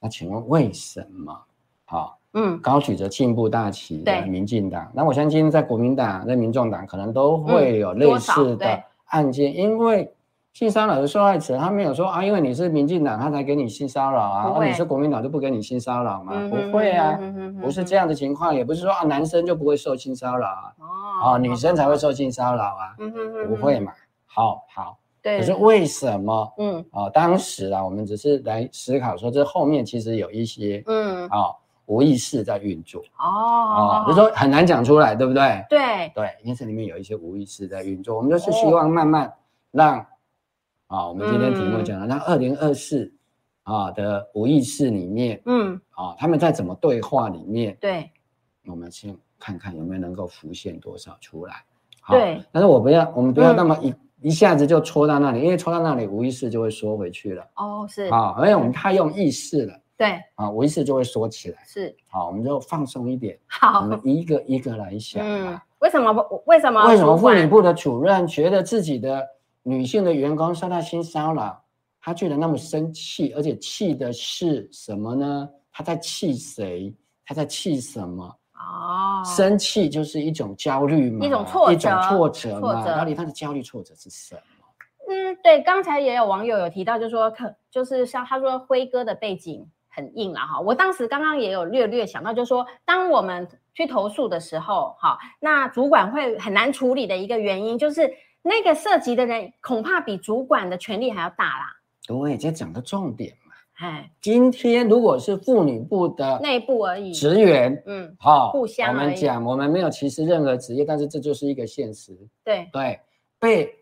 [SPEAKER 2] 那请问为什么？哦好，
[SPEAKER 1] 嗯
[SPEAKER 2] 高举着进步大旗的
[SPEAKER 1] 对
[SPEAKER 2] 民进党，那我相信在国民党、在民众党可能都会有
[SPEAKER 1] 嗯
[SPEAKER 2] 类
[SPEAKER 1] 多少
[SPEAKER 2] 似
[SPEAKER 1] 对
[SPEAKER 2] 的案件，因为性骚扰的受害者，他没有说啊，因为你是民进党，他才给你性骚扰啊，
[SPEAKER 1] 不
[SPEAKER 2] 啊
[SPEAKER 1] 会
[SPEAKER 2] 你是国民党就不给你性骚扰吗？
[SPEAKER 1] 嗯，
[SPEAKER 2] 不会啊，
[SPEAKER 1] 嗯
[SPEAKER 2] 不是这。样的情况，也不是说啊，男生就不会受性骚扰啊，
[SPEAKER 1] 嗯嗯
[SPEAKER 2] 啊，女生才会，受性骚扰啊，
[SPEAKER 1] 嗯哼哼，
[SPEAKER 2] 不会，嘛？好好，
[SPEAKER 1] 对，
[SPEAKER 2] 可是为什么？
[SPEAKER 1] 嗯
[SPEAKER 2] 啊，当时啊，我们只是来思考说，这后面其实有一些
[SPEAKER 1] 嗯，
[SPEAKER 2] 啊无意识在运作
[SPEAKER 1] 哦
[SPEAKER 2] 啊，，就是说很难讲出来，对不对？
[SPEAKER 1] 对，
[SPEAKER 2] 对，因为这里面有一些无意识在运作，我们
[SPEAKER 1] 哦
[SPEAKER 2] 就是希望慢慢让啊，我们今天题目
[SPEAKER 1] 嗯
[SPEAKER 2] 讲的，让二零二四啊的无意识里面
[SPEAKER 1] 嗯，
[SPEAKER 2] 啊，他们在怎么对话里面，
[SPEAKER 1] 对，
[SPEAKER 2] 我们先看看有没有能够浮现多少出来。好，
[SPEAKER 1] 对，
[SPEAKER 2] 但是我不要，我们不要
[SPEAKER 1] 嗯
[SPEAKER 2] 那么一、一下子就戳到那里，因为戳到那里无意识就会缩回去了。
[SPEAKER 1] 哦，是，
[SPEAKER 2] 啊，因为我们太用意识了
[SPEAKER 1] 对，
[SPEAKER 2] 啊，无意识就会缩起来。
[SPEAKER 1] 是，
[SPEAKER 2] 好，我们就放松一点，我
[SPEAKER 1] 好，
[SPEAKER 2] 们一个一个来想
[SPEAKER 1] 嗯
[SPEAKER 2] 啊。，
[SPEAKER 1] 为什么不？为什么？
[SPEAKER 2] 为什么妇女？部的主任觉得自己的女性的员工受到性骚扰，他觉得那么生气，而且气的是什么呢？他在气谁？他在气什么？
[SPEAKER 1] 哦，
[SPEAKER 2] 生气就是一种焦虑嘛，
[SPEAKER 1] 一种挫
[SPEAKER 2] 一种
[SPEAKER 1] 折
[SPEAKER 2] 挫
[SPEAKER 1] 挫
[SPEAKER 2] 折嘛。
[SPEAKER 1] 折
[SPEAKER 2] 到底他的焦虑挫折是什么？
[SPEAKER 1] 嗯，对，刚才也有网友有提到，就是说，可就是像他说辉哥的背景很硬啦，哈。我当时刚刚也有略略想到，就是说，当我们去投诉的时候，哈，那主管会很难处理的一个原因，就是那个涉及的人恐怕比主管的权力还要大啦。
[SPEAKER 2] 对，这讲的重点嘛。
[SPEAKER 1] 哎，
[SPEAKER 2] 今天如果是妇女部的
[SPEAKER 1] 内部而已。
[SPEAKER 2] 职员，
[SPEAKER 1] 嗯，
[SPEAKER 2] 好、
[SPEAKER 1] 互相
[SPEAKER 2] 我
[SPEAKER 1] 而
[SPEAKER 2] 们
[SPEAKER 1] 已
[SPEAKER 2] 讲，我们没有歧视任何职业，但是这就是一个现实。
[SPEAKER 1] 对，
[SPEAKER 2] 对，被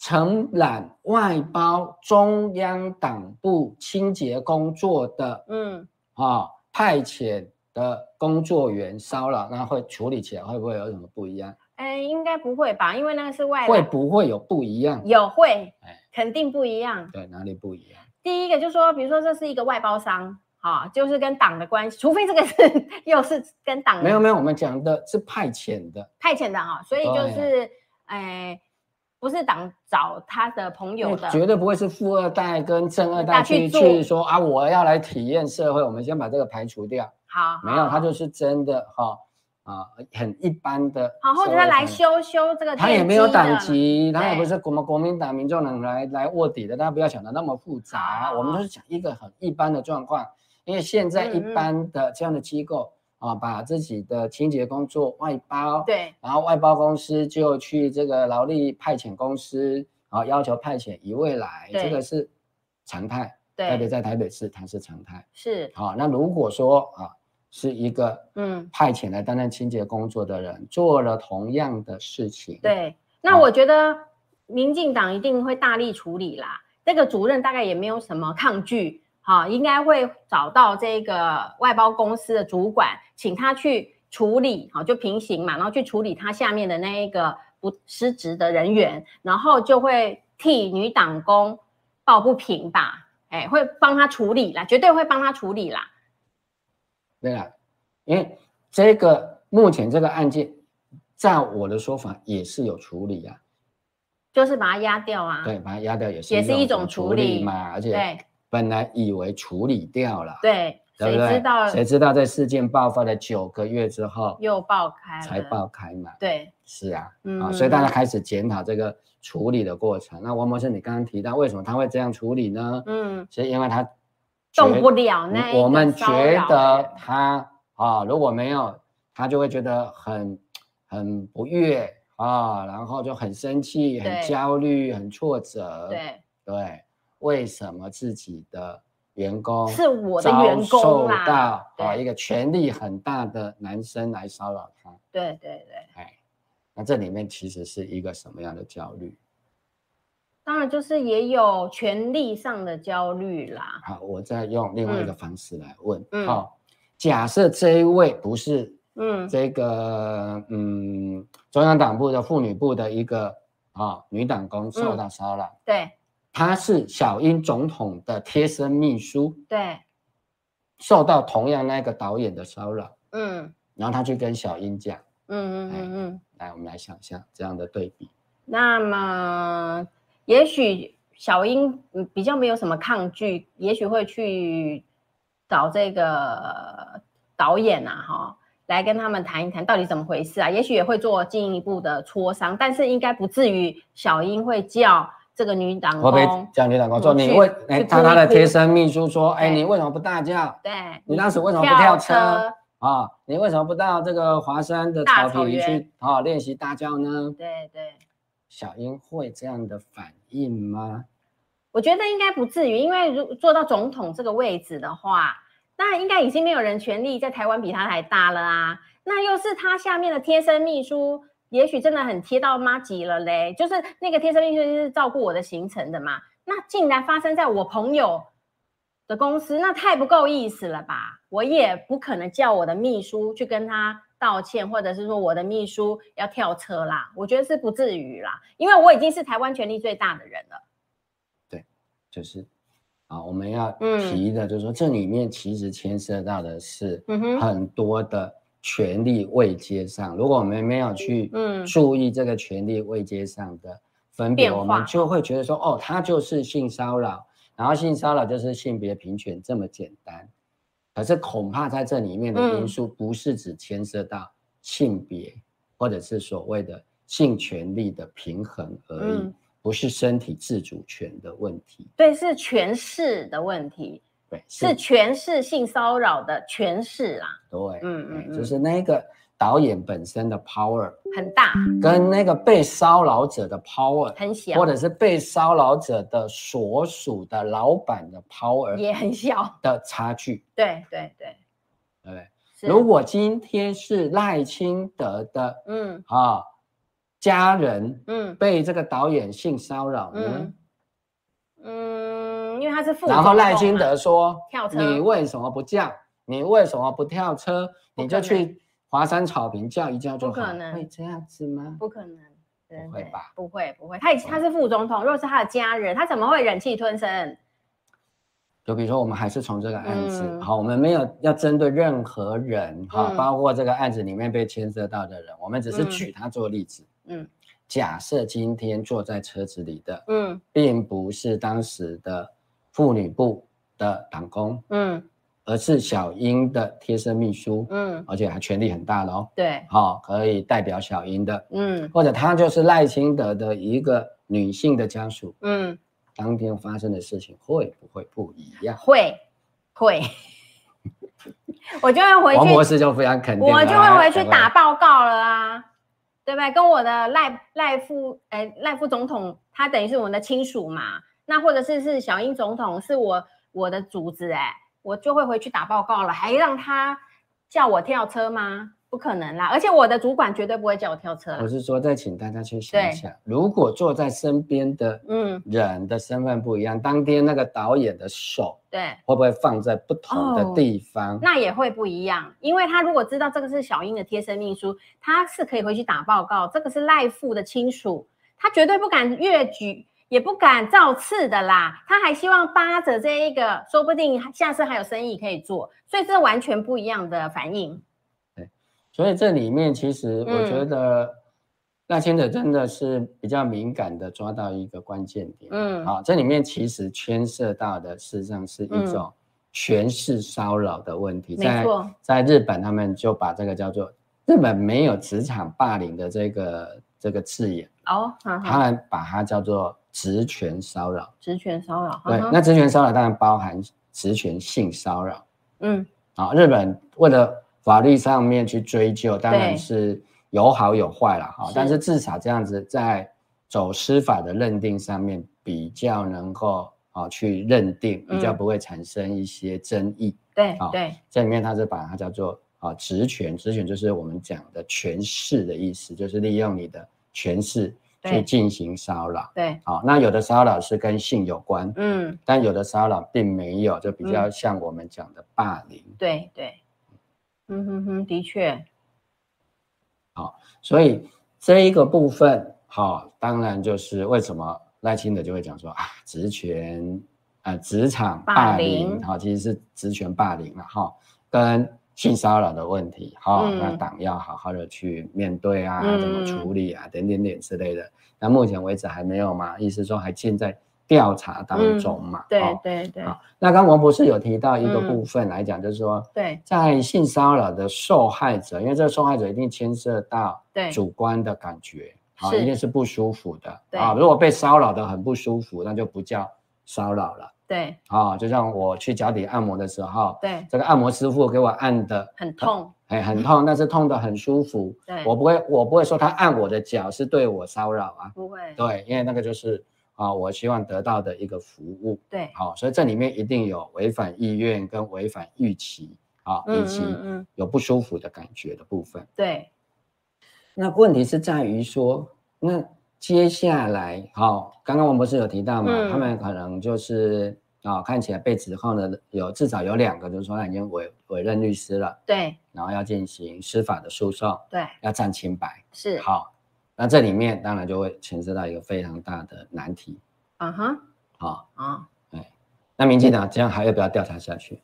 [SPEAKER 2] 承揽外包中央党部清洁工作的
[SPEAKER 1] 嗯，
[SPEAKER 2] 啊、派遣的工作员骚扰，那会处理起来会不会有什么不一样？
[SPEAKER 1] 哎，应该不会吧？因为那个是外
[SPEAKER 2] 会
[SPEAKER 1] 来
[SPEAKER 2] 不会有不一样？
[SPEAKER 1] 有会
[SPEAKER 2] 哎，
[SPEAKER 1] 肯定不一样。
[SPEAKER 2] 对，哪里不一样？
[SPEAKER 1] 第一个就是说，比如说这是一个外包商，啊，就是跟党的关系，除非这个是又是跟党
[SPEAKER 2] 没有没有，我们讲的是派遣的，
[SPEAKER 1] 派遣的哈、所以就
[SPEAKER 2] 对
[SPEAKER 1] 是，哎、不是党找他的朋友的，
[SPEAKER 2] 哎绝对不会是富二代跟正二
[SPEAKER 1] 大
[SPEAKER 2] 代
[SPEAKER 1] 去
[SPEAKER 2] 去
[SPEAKER 1] 做
[SPEAKER 2] 去说啊，我要来体验社会，我们先把这个排除掉。
[SPEAKER 1] 好，
[SPEAKER 2] 没有，他
[SPEAKER 1] 就
[SPEAKER 2] 就是真的哈啊、很一般的社
[SPEAKER 1] 好，
[SPEAKER 2] 会
[SPEAKER 1] 或
[SPEAKER 2] 上。
[SPEAKER 1] 者他来修修这个，
[SPEAKER 2] 他也没有党，籍，他也
[SPEAKER 1] 对
[SPEAKER 2] 不是国民国民党、民众党来来卧底的，大家不要想的那么复杂。我们
[SPEAKER 1] 好
[SPEAKER 2] 就是讲一个很一般的状况，因为现在一
[SPEAKER 1] 嗯嗯
[SPEAKER 2] 般的这样的机构啊，把自己的清洁工作外包，
[SPEAKER 1] 对，
[SPEAKER 2] 然后外包公司就去这个劳力派遣公司，啊，要求派遣一位来，
[SPEAKER 1] 对
[SPEAKER 2] 这个是常态，特别
[SPEAKER 1] 对，
[SPEAKER 2] 在台北市它是常态。
[SPEAKER 1] 是，
[SPEAKER 2] 好、那如果说啊是一个
[SPEAKER 1] 嗯，
[SPEAKER 2] 派遣来担任清洁工作的人做了同样的事情，，
[SPEAKER 1] 对。那
[SPEAKER 2] 好
[SPEAKER 1] 我觉得民进党一定会大力处理啦，这个主任大概也没有什么抗拒，哈、应该会找到这个外包公司的主管，请他去处理，好、就平行嘛，然后去处理他下面的那一个不失职的人员，然后就会替女党工抱不平吧，哎，会帮他处理啦，绝对会帮他处理啦，
[SPEAKER 2] 对啊，因为这个目前这个案件，在我的说法也是有处理啊，
[SPEAKER 1] 就是把他压掉啊，
[SPEAKER 2] 对，把它压掉也是
[SPEAKER 1] 也是一种处
[SPEAKER 2] 处
[SPEAKER 1] 理
[SPEAKER 2] 嘛，而且
[SPEAKER 1] 对
[SPEAKER 2] 本来以为处理掉了，
[SPEAKER 1] 对，
[SPEAKER 2] 对不
[SPEAKER 1] 谁
[SPEAKER 2] 对
[SPEAKER 1] 知道
[SPEAKER 2] 谁知道在事件爆发的九个月之后
[SPEAKER 1] 又爆开了，
[SPEAKER 2] 才爆开嘛？
[SPEAKER 1] 对，
[SPEAKER 2] 是啊，
[SPEAKER 1] 嗯
[SPEAKER 2] 啊，所以大家开始检讨这个处理的过程。那王博士，你刚刚提到为什么他会这样处理呢？
[SPEAKER 1] 嗯。
[SPEAKER 2] 是因为他
[SPEAKER 1] 动
[SPEAKER 2] 觉
[SPEAKER 1] 不了那一
[SPEAKER 2] 我
[SPEAKER 1] 个
[SPEAKER 2] 们
[SPEAKER 1] 骚
[SPEAKER 2] 觉
[SPEAKER 1] 扰的
[SPEAKER 2] 得
[SPEAKER 1] 人
[SPEAKER 2] 他啊，如果没有他，就会觉得很很不悦啊，然后就很生气、很
[SPEAKER 1] 对
[SPEAKER 2] 焦虑、很挫折。
[SPEAKER 1] 对，
[SPEAKER 2] 对，为什么自己的员工
[SPEAKER 1] 是我的
[SPEAKER 2] 遭
[SPEAKER 1] 员工
[SPEAKER 2] 受
[SPEAKER 1] 啦
[SPEAKER 2] 到啊
[SPEAKER 1] 对
[SPEAKER 2] 一个权力很大的男生来骚扰他？
[SPEAKER 1] 对对对，
[SPEAKER 2] 哎，那这里面其实是一个什么样的焦虑？
[SPEAKER 1] 当然就是也有权力上的焦虑啦。
[SPEAKER 2] 好，我再用另外一个方式来问。好、
[SPEAKER 1] 嗯
[SPEAKER 2] 假设这一位不是
[SPEAKER 1] 嗯
[SPEAKER 2] 这个嗯中央党部的妇女部的一个啊女党工受到骚扰，
[SPEAKER 1] 对
[SPEAKER 2] 她是小英总统的贴身秘书，
[SPEAKER 1] 对，
[SPEAKER 2] 受到同样那个导演的骚扰，
[SPEAKER 1] 嗯
[SPEAKER 2] 然后她去跟小英讲。
[SPEAKER 1] 嗯嗯
[SPEAKER 2] 哎
[SPEAKER 1] 嗯嗯。
[SPEAKER 2] 来，我们来想象这样的对比。
[SPEAKER 1] 那么，呃也许小英嗯比较没有什么抗拒，也许会去找这个导演啊，哈，来跟他们谈一谈到底怎么回事啊。也许也会做进一步的磋商，但是应该不至于小英会叫这个女党
[SPEAKER 2] 会不会
[SPEAKER 1] 工。
[SPEAKER 2] 这样女党工
[SPEAKER 1] 我
[SPEAKER 2] 说你
[SPEAKER 1] 去
[SPEAKER 2] 问，
[SPEAKER 1] 去
[SPEAKER 2] 哎，
[SPEAKER 1] 哭
[SPEAKER 2] 当
[SPEAKER 1] 一
[SPEAKER 2] 她的
[SPEAKER 1] 哭
[SPEAKER 2] 贴身秘书说，哎，
[SPEAKER 1] 对
[SPEAKER 2] 你为什么不大叫？
[SPEAKER 1] 对，
[SPEAKER 2] 你当时为什么不跳车
[SPEAKER 1] 跳车
[SPEAKER 2] 啊，你为什么不到这个华山的
[SPEAKER 1] 大
[SPEAKER 2] 草
[SPEAKER 1] 草
[SPEAKER 2] 皮
[SPEAKER 1] 原
[SPEAKER 2] 去啊练习大叫呢？
[SPEAKER 1] 对对，
[SPEAKER 2] 小英会这样的反应吗？
[SPEAKER 1] 我觉得应该不至于，因为如做到总统这个位置的话，那应该已经没有人权力在台湾比他还大了啊。那又是他下面的贴身秘书，也许真的很贴到妈级了嘞。就是那个贴身秘书就是照顾我的行程的嘛，那竟然发生在我朋友的公司，那太不够意思了吧？我也不可能叫我的秘书去跟他道歉，或者是说我的秘书要跳车啦。我觉得是不至于啦，因为我已经是台湾权力最大的人了。
[SPEAKER 2] 就是啊，我们要
[SPEAKER 1] 嗯
[SPEAKER 2] 提的，就是说、这里面其实牵涉到的是
[SPEAKER 1] 嗯哼。
[SPEAKER 2] 很多的权力位阶上，如果我们没有去
[SPEAKER 1] 嗯
[SPEAKER 2] 注意这个权力位阶上的分别，
[SPEAKER 1] 变化
[SPEAKER 2] 我们就会觉得说，哦，他就是性骚扰，然后性骚扰就是性别平权这么简单。可是恐怕在这里面的
[SPEAKER 1] 嗯
[SPEAKER 2] 因素不是只牵涉到性别，或者是所谓的性权利的平衡而已，
[SPEAKER 1] 嗯
[SPEAKER 2] 不是身体自主权的问题。
[SPEAKER 1] 对，是诠释的问题，
[SPEAKER 2] 对，
[SPEAKER 1] 是诠释性骚扰的诠释啦，
[SPEAKER 2] 对，
[SPEAKER 1] 嗯嗯
[SPEAKER 2] 哎
[SPEAKER 1] 嗯
[SPEAKER 2] 就是那个导演本身的 power
[SPEAKER 1] 很大
[SPEAKER 2] 跟那个被骚扰者的 power，
[SPEAKER 1] 很小，
[SPEAKER 2] 嗯或者是被骚扰者的所属的老板的 power
[SPEAKER 1] 也很小，
[SPEAKER 2] 的差距，
[SPEAKER 1] 对对对，
[SPEAKER 2] 对不对？
[SPEAKER 1] 是
[SPEAKER 2] 如果今天是赖清德的
[SPEAKER 1] 嗯
[SPEAKER 2] 啊家人
[SPEAKER 1] 嗯
[SPEAKER 2] 被这个导演性骚扰呢，
[SPEAKER 1] 嗯嗯，因为他是副总统嘛，
[SPEAKER 2] 然后赖清德说
[SPEAKER 1] 跳：“车
[SPEAKER 2] 你为什么不叫？你为什么不跳车？
[SPEAKER 1] 不
[SPEAKER 2] 你就
[SPEAKER 1] 可能
[SPEAKER 2] 去华山草坪叫一叫就好。”
[SPEAKER 1] 不可能
[SPEAKER 2] 会这样子吗？
[SPEAKER 1] 不可能，对
[SPEAKER 2] 不会
[SPEAKER 1] 对
[SPEAKER 2] 吧哦
[SPEAKER 1] 不会不会，他已他是副总统，若是他的家人，他怎么会忍气吞声？
[SPEAKER 2] 就比如说，我们还是从这个案子，
[SPEAKER 1] 嗯
[SPEAKER 2] 好，我们没有要针对任何人哈，
[SPEAKER 1] 嗯
[SPEAKER 2] 包括这个案子里面被牵涉到的人，我们只是
[SPEAKER 1] 嗯
[SPEAKER 2] 举他做例子。
[SPEAKER 1] 嗯
[SPEAKER 2] 假设今天坐在车子里的，
[SPEAKER 1] 嗯
[SPEAKER 2] 并不是当时的妇女部的党工，
[SPEAKER 1] 嗯
[SPEAKER 2] 而是小英的贴身秘书，
[SPEAKER 1] 嗯，
[SPEAKER 2] 而且还权力很大喽，
[SPEAKER 1] 对，
[SPEAKER 2] 好、可以代表小英的，
[SPEAKER 1] 嗯
[SPEAKER 2] 或者她就是赖清德的一个女性的家属，
[SPEAKER 1] 嗯，
[SPEAKER 2] 当天发生的事情会不会不一样？
[SPEAKER 1] 会会， 我就会回
[SPEAKER 2] 王
[SPEAKER 1] 去
[SPEAKER 2] 博士就非常肯定了，啊
[SPEAKER 1] 我就会回去
[SPEAKER 2] 来
[SPEAKER 1] 打。报告了啊，对不对？跟我的赖赖副哎赖副总统，他等于是我们的亲属嘛，那或者是是小英总统是我我的主子哎、我就会回去打报告了，还让他叫我跳车吗？不可能啦，而且我的主管绝对不会叫我跳车
[SPEAKER 2] 我
[SPEAKER 1] 啦。
[SPEAKER 2] 是说，再请大家去想
[SPEAKER 1] 对
[SPEAKER 2] 一想，如果坐在身边的
[SPEAKER 1] 嗯，
[SPEAKER 2] 人的身份不一样，当天那个导演的手
[SPEAKER 1] 对，
[SPEAKER 2] 会不会放在不同
[SPEAKER 1] 哦
[SPEAKER 2] 的地方？
[SPEAKER 1] 那也会不一样，因为他如果知道这个是小英的贴身秘书，他是可以回去打报告，这个是赖父的亲属，他绝对不敢越举，也不敢造次的啦。他还希望扒着这一个，说不定下次还有生意可以做，所以这完全不一样的反应。
[SPEAKER 2] 所以这里面其实我觉
[SPEAKER 1] 嗯
[SPEAKER 2] 得赖清德真的是比较敏感的抓到一个关键点。
[SPEAKER 1] 嗯
[SPEAKER 2] 好、这里面其实牵涉到的事实上是
[SPEAKER 1] 嗯
[SPEAKER 2] 一种权势骚扰的问题。
[SPEAKER 1] 没
[SPEAKER 2] 在
[SPEAKER 1] 错
[SPEAKER 2] 在日本，他们就把这个叫做日本没有职场霸凌的这个这个字眼，
[SPEAKER 1] 哦，哈
[SPEAKER 2] 他
[SPEAKER 1] 哈，
[SPEAKER 2] 们把它叫做职权骚扰。
[SPEAKER 1] 职权骚扰，哈
[SPEAKER 2] 对，
[SPEAKER 1] 哈
[SPEAKER 2] 那职权骚扰当然包含职权性骚扰。
[SPEAKER 1] 嗯
[SPEAKER 2] 啊，日本为了法律上面去追究，当然
[SPEAKER 1] 对
[SPEAKER 2] 是有好有坏啦，哈，
[SPEAKER 1] 是
[SPEAKER 2] 但是至少这样子在走司法的认定上面比较能够啊去认定，比较
[SPEAKER 1] 嗯
[SPEAKER 2] 不会产生一些争议。
[SPEAKER 1] 对
[SPEAKER 2] 好
[SPEAKER 1] 对，
[SPEAKER 2] 这里面它是把它叫做啊职权，职权就是我们讲的权势的意思，就是利用你的权势去
[SPEAKER 1] 对
[SPEAKER 2] 进行骚扰。
[SPEAKER 1] 对，
[SPEAKER 2] 好，那有的骚扰是跟性有关，
[SPEAKER 1] 嗯，
[SPEAKER 2] 但有的骚扰并没有，就比
[SPEAKER 1] 嗯
[SPEAKER 2] 较像我们讲的霸凌。
[SPEAKER 1] 对对，嗯哼哼，的确，
[SPEAKER 2] 所以这一个部分，好、当然就是为什么赖清德就会讲说啊，职权啊，职场霸
[SPEAKER 1] 霸
[SPEAKER 2] 凌，
[SPEAKER 1] 凌
[SPEAKER 2] 好、其实是职权霸凌了哈、跟性骚扰的问题，哈、
[SPEAKER 1] 嗯
[SPEAKER 2] 那党要好好的去面对啊，
[SPEAKER 1] 嗯
[SPEAKER 2] 怎么处理啊，等点点之类的。那目前为止还没有嘛，意思说还现在调查当中嘛，
[SPEAKER 1] 嗯对
[SPEAKER 2] 哦
[SPEAKER 1] 对对
[SPEAKER 2] 好，那刚王博士有提到一个
[SPEAKER 1] 嗯
[SPEAKER 2] 部分来讲，就是说，
[SPEAKER 1] 对
[SPEAKER 2] 在性骚扰的受害者，因为这个受害者一定牵涉到
[SPEAKER 1] 对
[SPEAKER 2] 主观的感觉，啊，
[SPEAKER 1] 是
[SPEAKER 2] 一定是不舒服的
[SPEAKER 1] 对
[SPEAKER 2] 啊。如果被骚扰的很不舒服，那就不叫骚扰了
[SPEAKER 1] 对
[SPEAKER 2] 啊。就像我去脚底按摩的时候，
[SPEAKER 1] 对，
[SPEAKER 2] 这个按摩师傅给我按的
[SPEAKER 1] 很痛，
[SPEAKER 2] 哎很痛，但是痛的很舒服。
[SPEAKER 1] 对，
[SPEAKER 2] 我不会，我不会说他按我的脚是对我骚扰啊，
[SPEAKER 1] 不会，
[SPEAKER 2] 对，因为那个就是啊，我希望得到的一个服务。
[SPEAKER 1] 对，
[SPEAKER 2] 好、所以这里面一定有违反意愿跟违反预期啊，以
[SPEAKER 1] 嗯
[SPEAKER 2] 及
[SPEAKER 1] 嗯嗯，
[SPEAKER 2] 有不舒服的感觉的部分。
[SPEAKER 1] 对
[SPEAKER 2] 那问题是在于说，那接下来，好、刚刚我们不是有提到嘛，
[SPEAKER 1] 嗯
[SPEAKER 2] 他们可能就是啊、看起来被指控的有至少有两个，就是说他已经委委任律师了，
[SPEAKER 1] 对
[SPEAKER 2] 然后要进行司法的诉讼，
[SPEAKER 1] 对，
[SPEAKER 2] 要占清白。
[SPEAKER 1] 是，
[SPEAKER 2] 好，那这里面当然就会牵涉到一个非常大的难题
[SPEAKER 1] 啊哈，
[SPEAKER 2] 啊、
[SPEAKER 1] 啊，
[SPEAKER 2] 那民进党这样还要不要调查下去？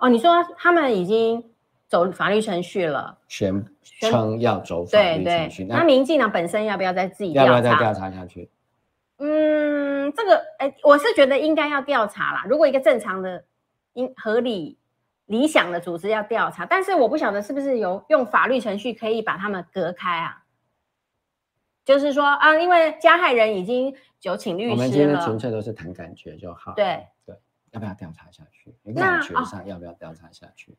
[SPEAKER 1] 哦，你说他们已经走法律程序了，
[SPEAKER 2] 宣
[SPEAKER 1] 宣
[SPEAKER 2] 称要走法
[SPEAKER 1] 对
[SPEAKER 2] 律
[SPEAKER 1] 对
[SPEAKER 2] 程序，，
[SPEAKER 1] 那
[SPEAKER 2] 那
[SPEAKER 1] 民进党本身要不要再自己
[SPEAKER 2] 要不要再
[SPEAKER 1] 查
[SPEAKER 2] 调查下去？
[SPEAKER 1] 嗯，这个哎，我是觉得应该要调查啦。如果一个正常的、应合理、理想的组织要调查，但是我不晓得是不是有用法律程序可以把他们隔开啊？就是说啊，因为加害人已经有请律
[SPEAKER 2] 我们今
[SPEAKER 1] 师
[SPEAKER 2] 天纯
[SPEAKER 1] 了，
[SPEAKER 2] 粹都是谈感觉就好。
[SPEAKER 1] 对
[SPEAKER 2] 对，要不要调查下去？你
[SPEAKER 1] 那哦
[SPEAKER 2] 感觉上要不要调查下去？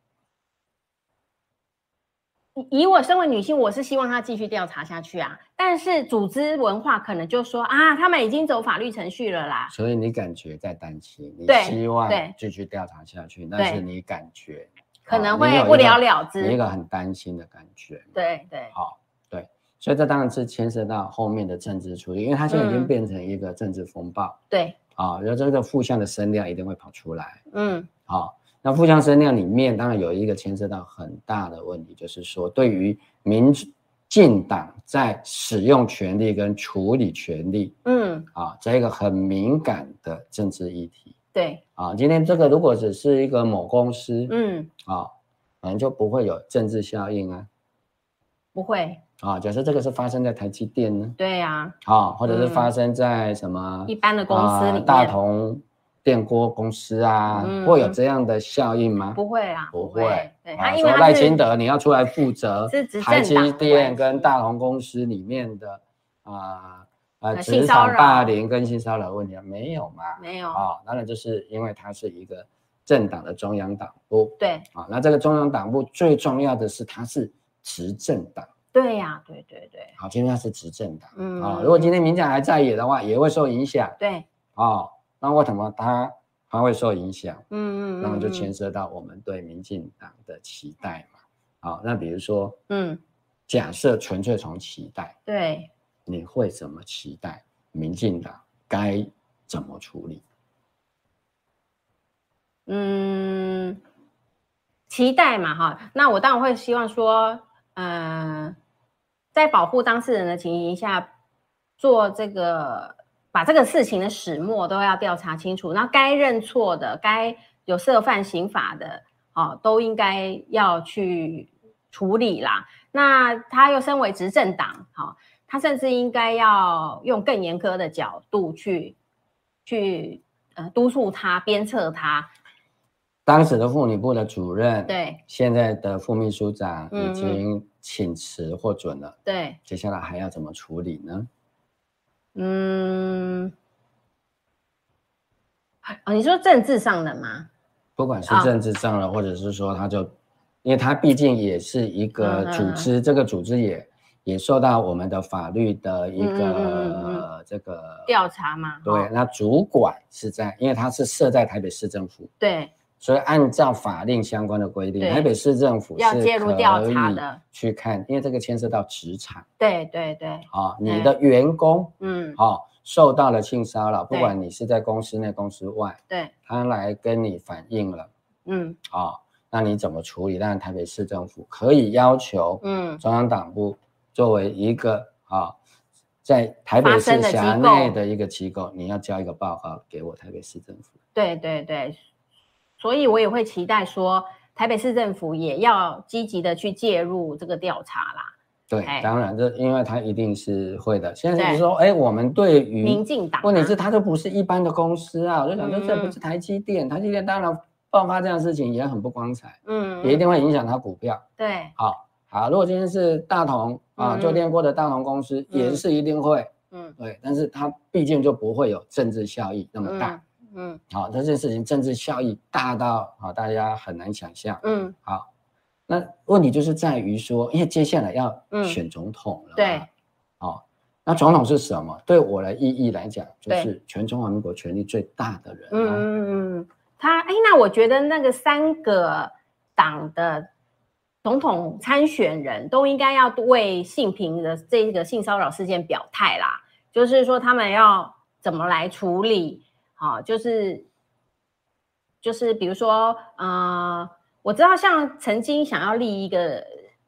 [SPEAKER 1] 以以我身为女性，我是希望他继续调查下去啊。但是组织文化可能就说啊，他们已经走法律程序了啦，
[SPEAKER 2] 所以你感觉在担心，你
[SPEAKER 1] 对
[SPEAKER 2] 希望
[SPEAKER 1] 对
[SPEAKER 2] 继续调查下去，但是你感觉
[SPEAKER 1] 可
[SPEAKER 2] 啊
[SPEAKER 1] 能
[SPEAKER 2] 你
[SPEAKER 1] 会
[SPEAKER 2] 有一
[SPEAKER 1] 不了
[SPEAKER 2] 个
[SPEAKER 1] 了
[SPEAKER 2] 你一
[SPEAKER 1] 之。
[SPEAKER 2] 个很担心的感觉。，
[SPEAKER 1] 对对，
[SPEAKER 2] 好，对，所以这当然是牵涉到后面的政治处理，因为它现在已经
[SPEAKER 1] 嗯
[SPEAKER 2] 变成一个政治风暴
[SPEAKER 1] 对，
[SPEAKER 2] 啊，然后这个负向的声量一定会跑出来。
[SPEAKER 1] 嗯，
[SPEAKER 2] 好、那负向声量里面当然有一个牵涉到很大的问题，就是说对于民进党在使用权力跟处理权力
[SPEAKER 1] 嗯，
[SPEAKER 2] 啊这一个很敏感的政治议题
[SPEAKER 1] 对，
[SPEAKER 2] 啊，今天这个如果只是一个某公司，
[SPEAKER 1] 嗯，
[SPEAKER 2] 啊，可能就不会有政治效应啊
[SPEAKER 1] 不会，
[SPEAKER 2] 啊，假设这个是发生在台积电呢，
[SPEAKER 1] 对呀、
[SPEAKER 2] 啊，或者是
[SPEAKER 1] 嗯
[SPEAKER 2] 发生在什么
[SPEAKER 1] 一般的公司里
[SPEAKER 2] 啊
[SPEAKER 1] 面、
[SPEAKER 2] 大同电锅公司啊，
[SPEAKER 1] 嗯
[SPEAKER 2] 会有这样的效应吗？
[SPEAKER 1] 不会啦，
[SPEAKER 2] 不
[SPEAKER 1] 会
[SPEAKER 2] 会。
[SPEAKER 1] 对
[SPEAKER 2] 啊
[SPEAKER 1] 他，因
[SPEAKER 2] 说
[SPEAKER 1] 为他
[SPEAKER 2] 赖
[SPEAKER 1] 是
[SPEAKER 2] 清德，你要出来负责
[SPEAKER 1] 是执
[SPEAKER 2] 台
[SPEAKER 1] 政党
[SPEAKER 2] 积
[SPEAKER 1] 的
[SPEAKER 2] 电
[SPEAKER 1] 关
[SPEAKER 2] 跟
[SPEAKER 1] 系
[SPEAKER 2] 大同公司里面的啊呃
[SPEAKER 1] 呃性
[SPEAKER 2] 职
[SPEAKER 1] 骚
[SPEAKER 2] 场霸
[SPEAKER 1] 扰
[SPEAKER 2] 凌跟性骚扰问题啊没有嘛？
[SPEAKER 1] 没有，
[SPEAKER 2] 啊，当然就是因为它是一个政党的中央党部
[SPEAKER 1] 对
[SPEAKER 2] 啊，那这个中央党部最重要的是它是执政党，
[SPEAKER 1] 对呀、对对对
[SPEAKER 2] 好，今天它是执政党
[SPEAKER 1] 嗯
[SPEAKER 2] 啊，如果今天民进党还在野的话，也会受影响
[SPEAKER 1] 对，
[SPEAKER 2] 啊。那为什么它它会受影响？
[SPEAKER 1] 嗯嗯，
[SPEAKER 2] 那么就
[SPEAKER 1] 嗯
[SPEAKER 2] 牵涉到我们对民进党的期待嘛。好，那比如说，
[SPEAKER 1] 嗯，
[SPEAKER 2] 假设纯粹从期待，
[SPEAKER 1] 对，
[SPEAKER 2] 你会怎么期待民进党该怎么处理？
[SPEAKER 1] 嗯，期待嘛哈。那我当然会希望说，呃，在保护当事人的情形下，做这个把这个事情的始末都要调查清楚，那该认错的、该有涉犯刑法的，哦，都应该要去处理啦。那他又身为执政党，好、他甚至应该要用更严苛的角度去去呃督促他、鞭策他。
[SPEAKER 2] 当时的妇女部的主任，，
[SPEAKER 1] 对
[SPEAKER 2] 现在的副秘书长
[SPEAKER 1] 嗯嗯
[SPEAKER 2] 已经请辞获准了，
[SPEAKER 1] 对，
[SPEAKER 2] 接下来还要怎么处理呢？
[SPEAKER 1] 嗯，哦，你说政治上的吗？
[SPEAKER 2] 不管是
[SPEAKER 1] 啊
[SPEAKER 2] 政治上的，或者是说他就因为它毕竟也是一个
[SPEAKER 1] 嗯
[SPEAKER 2] 组织，这个组织也也受到我们的法律的一
[SPEAKER 1] 嗯嗯嗯嗯嗯
[SPEAKER 2] 个这个
[SPEAKER 1] 调。查嘛，
[SPEAKER 2] 对，
[SPEAKER 1] 哦
[SPEAKER 2] 那主管是在，因为它是设在台北市政府，
[SPEAKER 1] 对，
[SPEAKER 2] 所以按照法令相关的规定，
[SPEAKER 1] 对
[SPEAKER 2] 台北市政府
[SPEAKER 1] 要
[SPEAKER 2] 是
[SPEAKER 1] 介入
[SPEAKER 2] 可
[SPEAKER 1] 调查
[SPEAKER 2] 以
[SPEAKER 1] 的
[SPEAKER 2] 去看，因为这个牵涉到职场
[SPEAKER 1] 对对对，
[SPEAKER 2] 啊、你
[SPEAKER 1] 对
[SPEAKER 2] 的员工
[SPEAKER 1] 嗯，
[SPEAKER 2] 啊、受到了性骚扰，不
[SPEAKER 1] 对
[SPEAKER 2] 管你是在公司内、公司外，
[SPEAKER 1] 对，
[SPEAKER 2] 他来跟你反映了
[SPEAKER 1] 嗯
[SPEAKER 2] 啊、那你怎么处理？当然，台北市政府可以要求
[SPEAKER 1] 嗯，
[SPEAKER 2] 中央党部作为一个啊、在台北
[SPEAKER 1] 发
[SPEAKER 2] 市
[SPEAKER 1] 声的机
[SPEAKER 2] 辖
[SPEAKER 1] 构
[SPEAKER 2] 内的一个机构，你要交一个报告给我台北市政府。
[SPEAKER 1] 对对对，所以我也会期待说，台北市政府也要积极的去介入这个调查啦。
[SPEAKER 2] 对
[SPEAKER 1] 哎，
[SPEAKER 2] 当然这因为他一定是会的。现在
[SPEAKER 1] 对
[SPEAKER 2] 你说，哎，我们对于
[SPEAKER 1] 民进党啊嗯
[SPEAKER 2] 问题是它就不是一般的公司啊，我就想说这不是台积电，台积电当然爆发这样的事情也很不光彩，
[SPEAKER 1] 嗯，
[SPEAKER 2] 也一定会影响它股票。
[SPEAKER 1] 对，
[SPEAKER 2] 好，好，如果今天是大同啊
[SPEAKER 1] 嗯
[SPEAKER 2] 做电锅的大同公司，
[SPEAKER 1] 嗯
[SPEAKER 2] 也是一定会
[SPEAKER 1] 嗯
[SPEAKER 2] 对，但是它毕竟就不会有政治效益那么大。
[SPEAKER 1] 嗯嗯
[SPEAKER 2] 好，这件事情政治效益大到啊大家很难想象。
[SPEAKER 1] 嗯，
[SPEAKER 2] 好，那问题就是在于说，因为接下来要
[SPEAKER 1] 嗯
[SPEAKER 2] 选总统了、
[SPEAKER 1] 对，
[SPEAKER 2] 哦，那总统是什么？对我的意义来讲，就
[SPEAKER 1] 对
[SPEAKER 2] 是全中华民国权力最大的人、啊。
[SPEAKER 1] 嗯嗯嗯，他哎，那我觉得那个三个党的总统参选人都应该要为性平的这个性骚扰事件表态啦，就是说他们要怎么来处理，好、就是就是比如说，呃，我知道像曾经想要立一个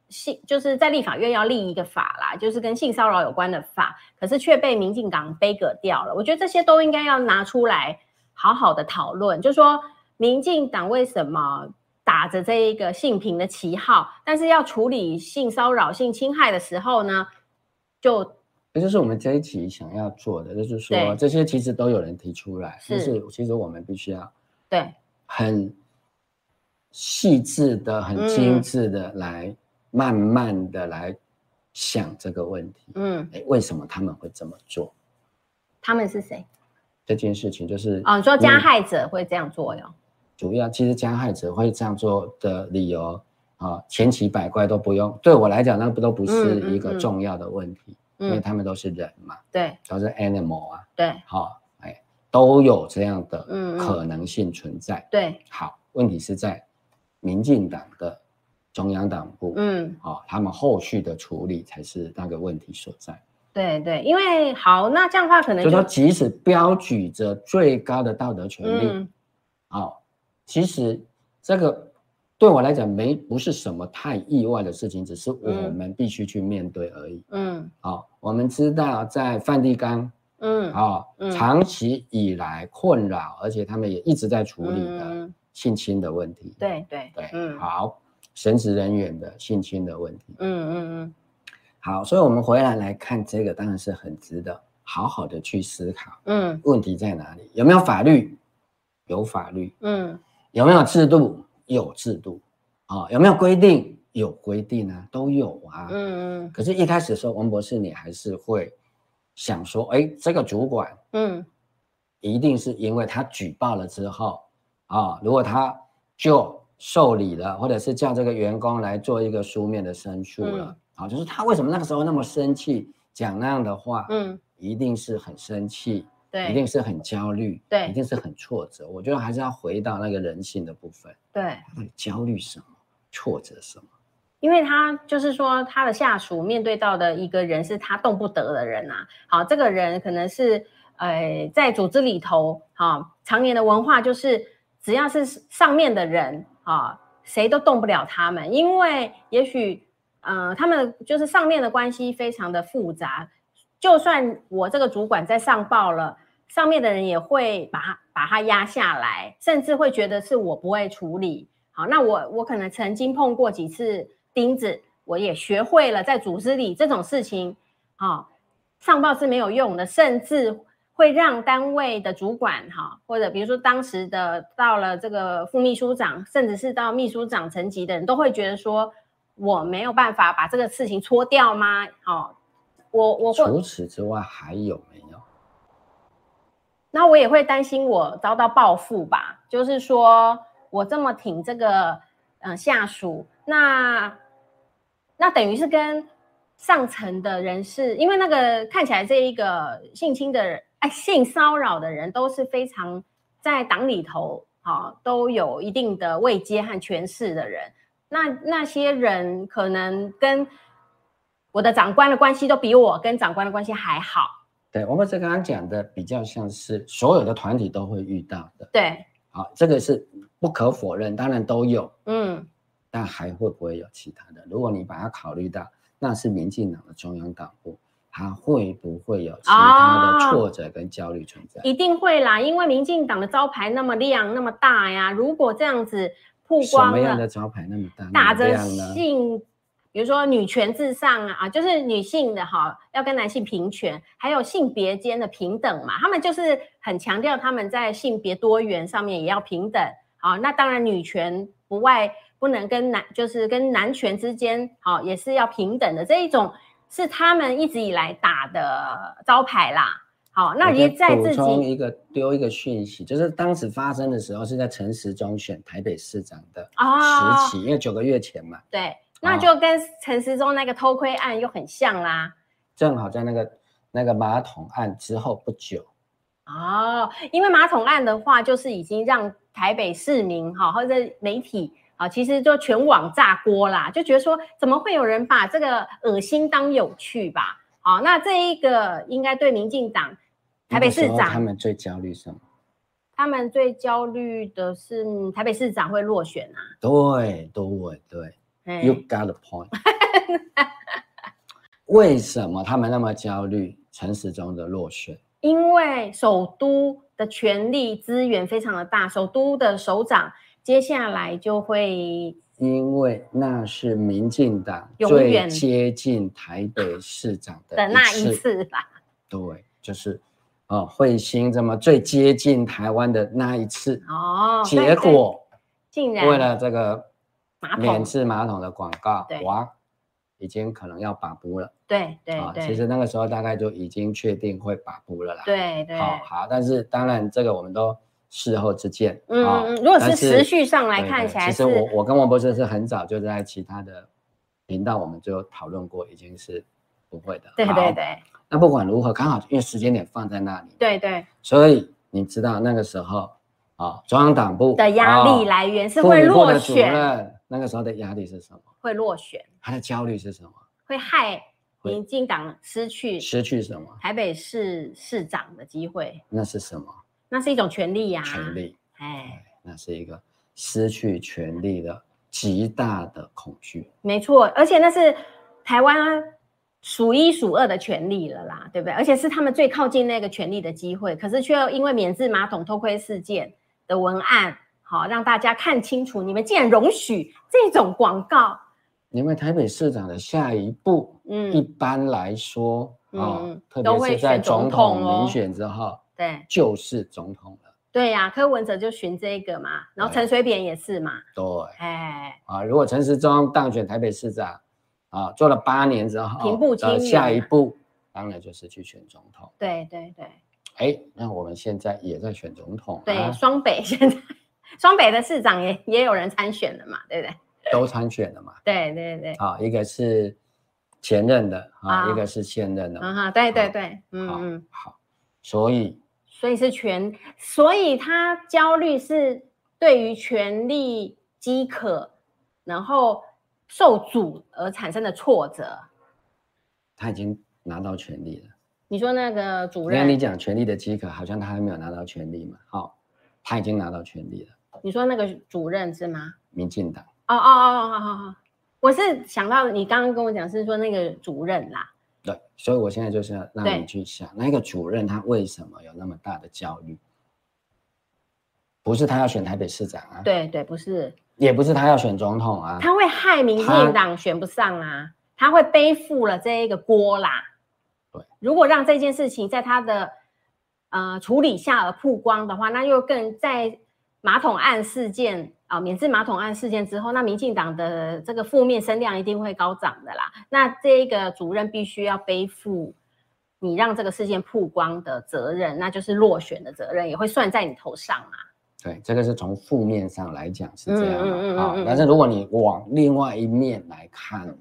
[SPEAKER 1] 性，就是在立法院要立一个法啦，就是跟性骚扰有关的法，可是却被民进党背葛掉了。我觉得这些都应该要拿出来好好的讨论，就说民进党为什么。打着这一个性平的旗号，但是要处理性骚扰、性侵害的时候呢，就
[SPEAKER 2] 这就是我们这一期想要做的，就是
[SPEAKER 1] 对
[SPEAKER 2] 说这些其实都有人提出来，但
[SPEAKER 1] 是
[SPEAKER 2] 是其实我们必须要
[SPEAKER 1] 对
[SPEAKER 2] 很细致的、
[SPEAKER 1] 嗯
[SPEAKER 2] 很精致的来，慢慢的来想这个问题。
[SPEAKER 1] 嗯，
[SPEAKER 2] 哎，为什么他们会这么做？
[SPEAKER 1] 他们是谁？
[SPEAKER 2] 这件事情就是
[SPEAKER 1] 哦，你说加
[SPEAKER 2] 你
[SPEAKER 1] 害者会这样做哟？
[SPEAKER 2] 主要其实加害者会这样做的理由啊，千奇百怪都不用。对我来讲，那不都不
[SPEAKER 1] 嗯
[SPEAKER 2] 是
[SPEAKER 1] 嗯
[SPEAKER 2] 一个重要的问题，因为
[SPEAKER 1] 嗯，
[SPEAKER 2] 他们都是人嘛，
[SPEAKER 1] 对
[SPEAKER 2] 都是 animal 啊，
[SPEAKER 1] 对
[SPEAKER 2] 好、哎，都有这样的
[SPEAKER 1] 嗯嗯
[SPEAKER 2] 可能性存在。
[SPEAKER 1] 对，
[SPEAKER 2] 好，问题是在民进党的中央党部，
[SPEAKER 1] 嗯。
[SPEAKER 2] 哦，他们后续的处理才是那个问题所在。
[SPEAKER 1] 对对，因为好，那这样的话可能
[SPEAKER 2] 就
[SPEAKER 1] 就
[SPEAKER 2] 说，即使标举着最高的道德权利，
[SPEAKER 1] 嗯
[SPEAKER 2] 哦，其实这个对我来讲没不是什么太意外的事情，只是我
[SPEAKER 1] 嗯
[SPEAKER 2] 们必须去面对而已。
[SPEAKER 1] 嗯
[SPEAKER 2] 哦，我们知道在梵蒂冈
[SPEAKER 1] 嗯，
[SPEAKER 2] 哦，
[SPEAKER 1] 嗯
[SPEAKER 2] 长期以来困扰，而且他们也一直在处理的
[SPEAKER 1] 嗯
[SPEAKER 2] 性侵的问题。
[SPEAKER 1] 对对
[SPEAKER 2] 对，
[SPEAKER 1] 嗯
[SPEAKER 2] 好，神职人员的性侵的问题。
[SPEAKER 1] 嗯嗯
[SPEAKER 2] 好，所以我们回来来看这个，当然是很值得好好的去思考
[SPEAKER 1] 嗯
[SPEAKER 2] 问题在哪里，有没有法律？有法律，
[SPEAKER 1] 嗯
[SPEAKER 2] 有没有制度？有制度啊、有没有规定？有规定啊，都有啊。
[SPEAKER 1] 嗯嗯
[SPEAKER 2] 可是，一开始的时候，王博士你还是会想说，哎，这个主管
[SPEAKER 1] 嗯
[SPEAKER 2] 一定是因为他举报了之后啊、如果他就受理了，或者是叫这个员工来做一个书面的申诉了，
[SPEAKER 1] 嗯
[SPEAKER 2] 啊、就是他为什么那个时候那么生气，讲那样的话，
[SPEAKER 1] 嗯，
[SPEAKER 2] 一定是很生气，一定
[SPEAKER 1] 对
[SPEAKER 2] 是很焦虑，
[SPEAKER 1] 对
[SPEAKER 2] 一定是很挫折。我觉得还是要回到那个人性的部分。
[SPEAKER 1] 对，
[SPEAKER 2] 到底焦虑什么，挫折什么？
[SPEAKER 1] 因为他就是说他的下属面对到的一个人是他动不得的人啊，好，这个人可能是呃在组织里头啊，常年的文化就是只要是上面的人啊，谁都动不了他们，因为也许呃他们就是上面的关系非常的复杂，就算我这个主管在上报了。上面的人也会把他把他压下来，甚至会觉得是我不会处理，好，那我我可能曾经碰过几次钉子，我也学会了在组织里这种事情，啊、上报是没有用的，甚至会让单位的主管哈、或者比如说当时的到了这个副秘书长，甚至是到秘书长层级的人，都会觉得说我没有办法把这个事情搓掉吗？哦，我我会
[SPEAKER 2] 除此之外还有没有？
[SPEAKER 1] 那我也会担心我遭到报复吧，就是说我这么挺这个呃下属，那那等于是跟上层的人士，因为那个看起来这一个性侵的人，哎，性骚扰的人都是非常在党里头啊、哦、都有一定的位阶和权势的人，那那些人可能跟我的长官的关系都比我跟长官的关系还好。
[SPEAKER 2] 对，我们这刚刚讲的比较像是所有的团体都会遇到的。
[SPEAKER 1] 对，
[SPEAKER 2] 好、啊，这个是不可否认，当然都有，
[SPEAKER 1] 嗯，
[SPEAKER 2] 但还会不会有其他的？如果你把它考虑到，那是民进党的中央党部，它会不会有其他的挫折跟焦虑存在？
[SPEAKER 1] 哦、一定会啦，因为民进党的招牌那么亮那么大呀，如果这样子曝光
[SPEAKER 2] 了，什么样的招牌那么大，
[SPEAKER 1] 打着性。比如说女权至上啊，啊，就是女性的哈，要跟男性平权，还有性别间的平等嘛，他们就是很强调他们在性别多元上面也要平等啊。那当然，女权不外不能跟男，就是跟男权之间，好、啊、也是要平等的。这一种是他们一直以来打的招牌啦。好，那也在自己
[SPEAKER 2] 一个丢一个讯息，就是当时发生的时候是在陈时中选台北市长的时期，哦、因为九个月前嘛。
[SPEAKER 1] 对。那
[SPEAKER 2] 啊
[SPEAKER 1] 就跟陈时中那个偷窥案又很像啦，
[SPEAKER 2] 正好在那个那个马桶案之后不久。
[SPEAKER 1] 哦，因为马桶案的话，就是已经让台北市民哈或者媒体啊，其实就全网炸锅啦，就觉得说怎么会有人把这个恶心当有趣吧？好，那这一个应该对民进党台北市长
[SPEAKER 2] 他们最焦虑什么？
[SPEAKER 1] 他们最焦虑的是嗯台北市长会落选啊。
[SPEAKER 2] 对对对。You got the point 为什么他们那么焦虑？陈时中的落选，
[SPEAKER 1] 因为首都的权力资源非常的大，首都的首长接下来就会，
[SPEAKER 2] 因为那是民进党最接近台北市长
[SPEAKER 1] 的那一次吧？
[SPEAKER 2] 对，就是哦，彗星这么最接近台湾的那一次
[SPEAKER 1] 哦，
[SPEAKER 2] 结果
[SPEAKER 1] 竟然
[SPEAKER 2] 为了这个。
[SPEAKER 1] 马桶
[SPEAKER 2] 免治马桶的广告，
[SPEAKER 1] 对
[SPEAKER 2] 哇，已经可能要把布了。
[SPEAKER 1] 对对
[SPEAKER 2] 啊，
[SPEAKER 1] 对
[SPEAKER 2] 其实那个时候大概就已经确定会把布了啦。
[SPEAKER 1] 对对，
[SPEAKER 2] 好、哦、好，但是当然这个我们都事后之见。
[SPEAKER 1] 嗯、
[SPEAKER 2] 哦、
[SPEAKER 1] 嗯，如果是时序上来看起来
[SPEAKER 2] 其实我我跟王博士是很早就在其他的频道我们就讨论过，已经是不会的。
[SPEAKER 1] 对对对。
[SPEAKER 2] 那不管如何，刚好因为时间点放在那里。
[SPEAKER 1] 对对。
[SPEAKER 2] 所以你知道那个时候啊、哦，中央党部啊
[SPEAKER 1] 的压力来源是会落选。
[SPEAKER 2] 那个时候的压力是什么？
[SPEAKER 1] 会落选。
[SPEAKER 2] 他的焦虑是什么？
[SPEAKER 1] 会害民进党失去
[SPEAKER 2] 失去什么？
[SPEAKER 1] 台北市市长的机会。
[SPEAKER 2] 那是什么？
[SPEAKER 1] 那是一种权利呀、啊。
[SPEAKER 2] 权利。
[SPEAKER 1] 哎，
[SPEAKER 2] 那是一个失去权利的极大的恐惧。
[SPEAKER 1] 没错，而且那是台湾数一数二的权利了啦，对不对？而且是他们最靠近那个权利的机会，可是却因为免治马桶偷窥事件的文案。好，让大家看清楚，你们竟然容许这种广告。
[SPEAKER 2] 因为台北市长的下一步，
[SPEAKER 1] 嗯，
[SPEAKER 2] 一般来说，
[SPEAKER 1] 嗯，
[SPEAKER 2] 哦、特别是在总统民选之后，哦、
[SPEAKER 1] 对，
[SPEAKER 2] 就是总统了。
[SPEAKER 1] 对呀、啊，柯文哲就寻这个嘛，然后陈水扁也是嘛，
[SPEAKER 2] 对，
[SPEAKER 1] 哎，
[SPEAKER 2] 啊，如果陈时中当选台北市长，啊，做了八年之后，
[SPEAKER 1] 平步青云，啊
[SPEAKER 2] 下一步当然就是去选总统。
[SPEAKER 1] 对对对，
[SPEAKER 2] 哎，那我们现在也在选总统、啊，
[SPEAKER 1] 对，双北 现在。双北的市长也也有人参选了嘛，对不对？
[SPEAKER 2] 都参选了嘛。
[SPEAKER 1] 对对对。
[SPEAKER 2] 啊，一个是前任的啊，一个是现任的。
[SPEAKER 1] 啊哈，对对对，嗯嗯，
[SPEAKER 2] 好，所以
[SPEAKER 1] 所以是权，所以他焦虑是对于权力饥渴，然后受阻而产生的挫折。
[SPEAKER 2] 他已经拿到权力了。
[SPEAKER 1] 你说那个主任？
[SPEAKER 2] 那你讲权力的饥渴，好像他还没有拿到权力嘛？好，他已经拿到权力了。
[SPEAKER 1] 你说那个主任是吗？
[SPEAKER 2] 民进党。
[SPEAKER 1] 哦哦哦哦哦哦，我是想到你刚刚跟我讲是说那个主任啦。
[SPEAKER 2] 对，所以我现在就是要让你去想，那个主任他为什么有那么大的焦虑？不是他要选台北市长啊。
[SPEAKER 1] 对对，不是。
[SPEAKER 2] 也不是他要选总统啊。
[SPEAKER 1] 他会害民进党选不上啊，他,他会背负了这一个锅啦。
[SPEAKER 2] 对，
[SPEAKER 1] 如果让这件事情在他的呃处理下而曝光的话，那又更在。马桶案事件啊、呃，免治马桶案事件之后，那民进党的这个负面声量一定会高涨的啦。那这个主任必须要背负你让这个事件曝光的责任，那就是落选的责任也会算在你头上啊。
[SPEAKER 2] 对，这个是从负面上来讲是这样
[SPEAKER 1] 嗯嗯嗯嗯
[SPEAKER 2] 啊、
[SPEAKER 1] 嗯
[SPEAKER 2] 但是如果你往另外一面来看呢，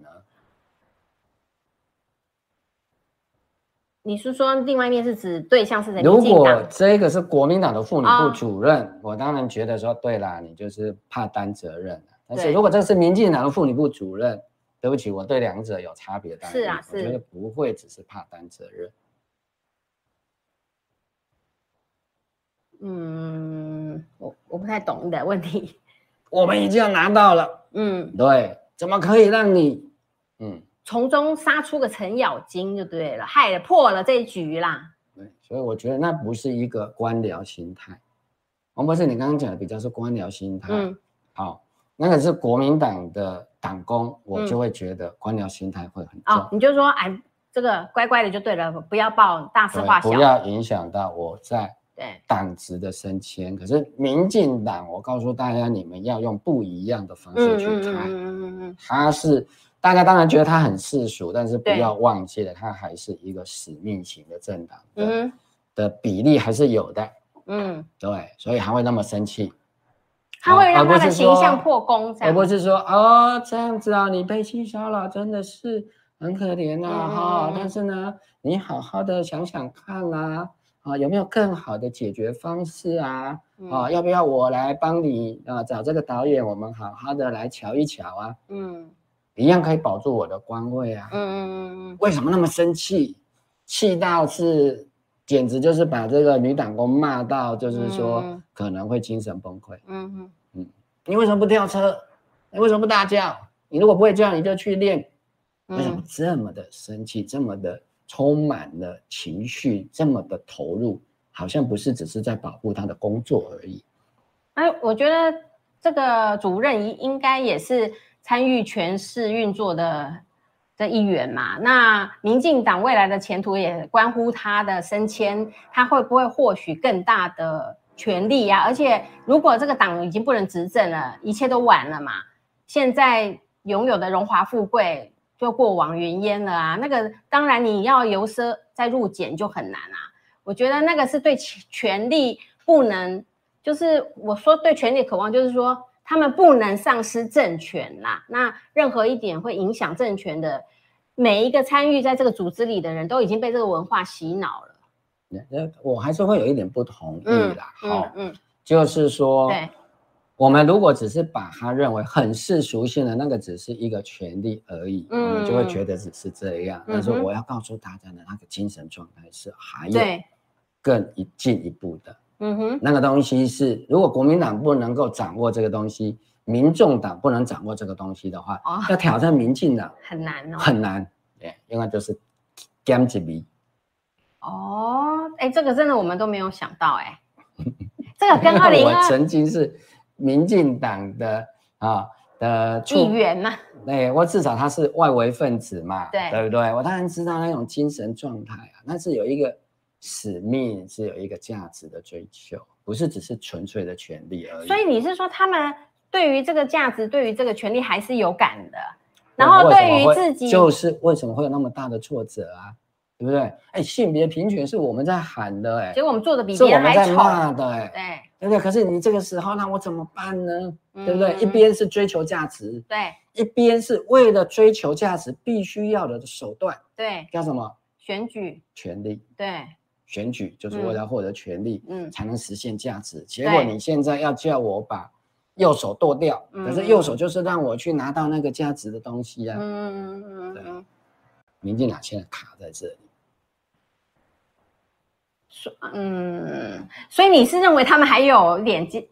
[SPEAKER 1] 你是说另外一面是指对象是谁？
[SPEAKER 2] 如
[SPEAKER 1] 民进
[SPEAKER 2] 果
[SPEAKER 1] 党
[SPEAKER 2] 这个是国民党的妇女
[SPEAKER 1] 啊
[SPEAKER 2] 部主任，我当然觉得说，对啦，你就是怕担责任啊但是
[SPEAKER 1] 对
[SPEAKER 2] 如果这是民进党的妇女部主任，对不起，我对两者有差别待遇。
[SPEAKER 1] 是啊
[SPEAKER 2] 我觉
[SPEAKER 1] 是
[SPEAKER 2] 得不会只是怕担责任。
[SPEAKER 1] 嗯，我我不太懂你的问题。
[SPEAKER 2] 我们已经拿到了，
[SPEAKER 1] 嗯，
[SPEAKER 2] 对，怎么可以让你，嗯，
[SPEAKER 1] 从中杀出个程咬金就对了，害了破了这一局啦。
[SPEAKER 2] 对，所以我觉得那不是一个官僚心态。王博士，你刚刚讲的比较是官僚心态，
[SPEAKER 1] 嗯，
[SPEAKER 2] 好，那个是国民党的党工，我
[SPEAKER 1] 嗯
[SPEAKER 2] 就会觉得官僚心态会很重。
[SPEAKER 1] 哦，你就说哎，这个乖乖的就对了，不要抱大事
[SPEAKER 2] 对
[SPEAKER 1] 化小
[SPEAKER 2] 不。要影响到我在
[SPEAKER 1] 对，
[SPEAKER 2] 党职的升迁。可是民进党，我告诉大家，你们要用不一样的方式
[SPEAKER 1] 嗯
[SPEAKER 2] 去
[SPEAKER 1] 嗯嗯
[SPEAKER 2] 看，
[SPEAKER 1] 嗯嗯嗯，
[SPEAKER 2] 它是。大家当然觉得它很世俗，但是不
[SPEAKER 1] 对
[SPEAKER 2] 要忘记了，它还是一个使命型的政党的、
[SPEAKER 1] 嗯
[SPEAKER 2] 的比例还是有的，
[SPEAKER 1] 哼嗯，
[SPEAKER 2] 对，所以还会那么生气，
[SPEAKER 1] 他会让
[SPEAKER 2] 啊而不
[SPEAKER 1] 他的
[SPEAKER 2] 是
[SPEAKER 1] 形
[SPEAKER 2] 说
[SPEAKER 1] 象破功，这
[SPEAKER 2] 而
[SPEAKER 1] 样
[SPEAKER 2] 不是说哦这样子啊，你被性骚扰真的是很可怜啊
[SPEAKER 1] 嗯
[SPEAKER 2] 哈、
[SPEAKER 1] 嗯嗯
[SPEAKER 2] 但是呢，你好好的想想看啦、啊，有没有更好的解决方式啊？啊，
[SPEAKER 1] 嗯
[SPEAKER 2] 要不要我来帮你啊？找这个导演，我们好好的来瞧一瞧啊，
[SPEAKER 1] 嗯
[SPEAKER 2] 一样可以保住我的官位啊
[SPEAKER 1] 嗯。嗯嗯
[SPEAKER 2] 为什么那么生气？气到是简直就是把这个女党工骂到，就是说
[SPEAKER 1] 嗯
[SPEAKER 2] 可能会精神崩溃。
[SPEAKER 1] 嗯嗯
[SPEAKER 2] 你为什么不跳车？你为什么不大叫？你如果不会叫，你就去练。为什么
[SPEAKER 1] 嗯
[SPEAKER 2] 这么的生气，这么的充满了情绪，这么的投入？好像不是只是在保护他的工作而已。
[SPEAKER 1] 哎，我觉得这个主任应应该也是参与全市运作的的一员嘛。那民进党未来的前途也关乎他的升迁，他会不会获取更大的权利呀、而且，如果这个党已经不能执政了，一切都晚了嘛。现在拥有的荣华富贵就过往云烟了啊。那个当然你要由奢再入俭就很难啊。我觉得那个是对其权力不能，就是我说对权力的渴望，就是说他们不能丧失政权啦。那任何一点会影响政权的每一个参与在这个组织里的人都已经被这个文化洗脑了。
[SPEAKER 2] 那我还是会有一点不同意啦。好、
[SPEAKER 1] 嗯嗯，
[SPEAKER 2] 就是说，
[SPEAKER 1] 对，
[SPEAKER 2] 我们如果只是把他认为很世俗性的那个，只是一个权利而已，我们就会觉得只是这样。但是
[SPEAKER 1] 嗯哼
[SPEAKER 2] 我要告诉大家的那个精神状态是还有
[SPEAKER 1] 嗯对，
[SPEAKER 2] 更一进一步的。
[SPEAKER 1] 嗯哼，
[SPEAKER 2] 那个东西是，如果国民党不能够掌握这个东西，民众党不能掌握这个东西的话，
[SPEAKER 1] 哦
[SPEAKER 2] 要挑战民进党
[SPEAKER 1] 很难哦。
[SPEAKER 2] 很难。对，因为就是兼职迷。
[SPEAKER 1] 哦，哎，这个真的我们都没有想到 哎、这个跟
[SPEAKER 2] 因
[SPEAKER 1] 二
[SPEAKER 2] 为
[SPEAKER 1] 零
[SPEAKER 2] 我
[SPEAKER 1] 二
[SPEAKER 2] 曾经是民进党的啊的
[SPEAKER 1] 议
[SPEAKER 2] 处
[SPEAKER 1] 员嘛，
[SPEAKER 2] 对，我哎至少他是外围分子嘛，
[SPEAKER 1] 对
[SPEAKER 2] 对不对？我当然知道那种精神状态啊，那是有一个使命，是有一个价值的追求，不是只是纯粹的权利而已。
[SPEAKER 1] 所以你是说他们对于这个价值、对于这个权利还是有感的，
[SPEAKER 2] 我
[SPEAKER 1] 然
[SPEAKER 2] 们
[SPEAKER 1] 后
[SPEAKER 2] 为什
[SPEAKER 1] 对
[SPEAKER 2] 么
[SPEAKER 1] 于
[SPEAKER 2] 会
[SPEAKER 1] 自己，
[SPEAKER 2] 就是为什么会有那么大的挫折啊，对不对？哎，性别平权是我们在喊的、哎
[SPEAKER 1] 结，果我们做的比
[SPEAKER 2] 是
[SPEAKER 1] 别
[SPEAKER 2] 我
[SPEAKER 1] 人
[SPEAKER 2] 们
[SPEAKER 1] 还
[SPEAKER 2] 在
[SPEAKER 1] 丑，
[SPEAKER 2] 骂的、哎，
[SPEAKER 1] 对，
[SPEAKER 2] 对不对？可是你这个时候，那我怎么办呢？对不对？
[SPEAKER 1] 嗯
[SPEAKER 2] 一边是追求价值，
[SPEAKER 1] 对
[SPEAKER 2] 一边是为了追求价值必须要的手段，
[SPEAKER 1] 对
[SPEAKER 2] 叫什么？
[SPEAKER 1] 选举，
[SPEAKER 2] 权利。
[SPEAKER 1] 对，
[SPEAKER 2] 选举就是
[SPEAKER 1] 嗯
[SPEAKER 2] 为了获得权利，
[SPEAKER 1] 嗯
[SPEAKER 2] 才能实现价值。结果
[SPEAKER 1] 对
[SPEAKER 2] 你现在要叫我把右手剁掉，可是
[SPEAKER 1] 嗯
[SPEAKER 2] 右手就是让我去拿到那个价值的东西啊。
[SPEAKER 1] 嗯嗯嗯
[SPEAKER 2] 对
[SPEAKER 1] 嗯
[SPEAKER 2] 民进党现在卡在这里，
[SPEAKER 1] 嗯，所以你是认为他们还有点进，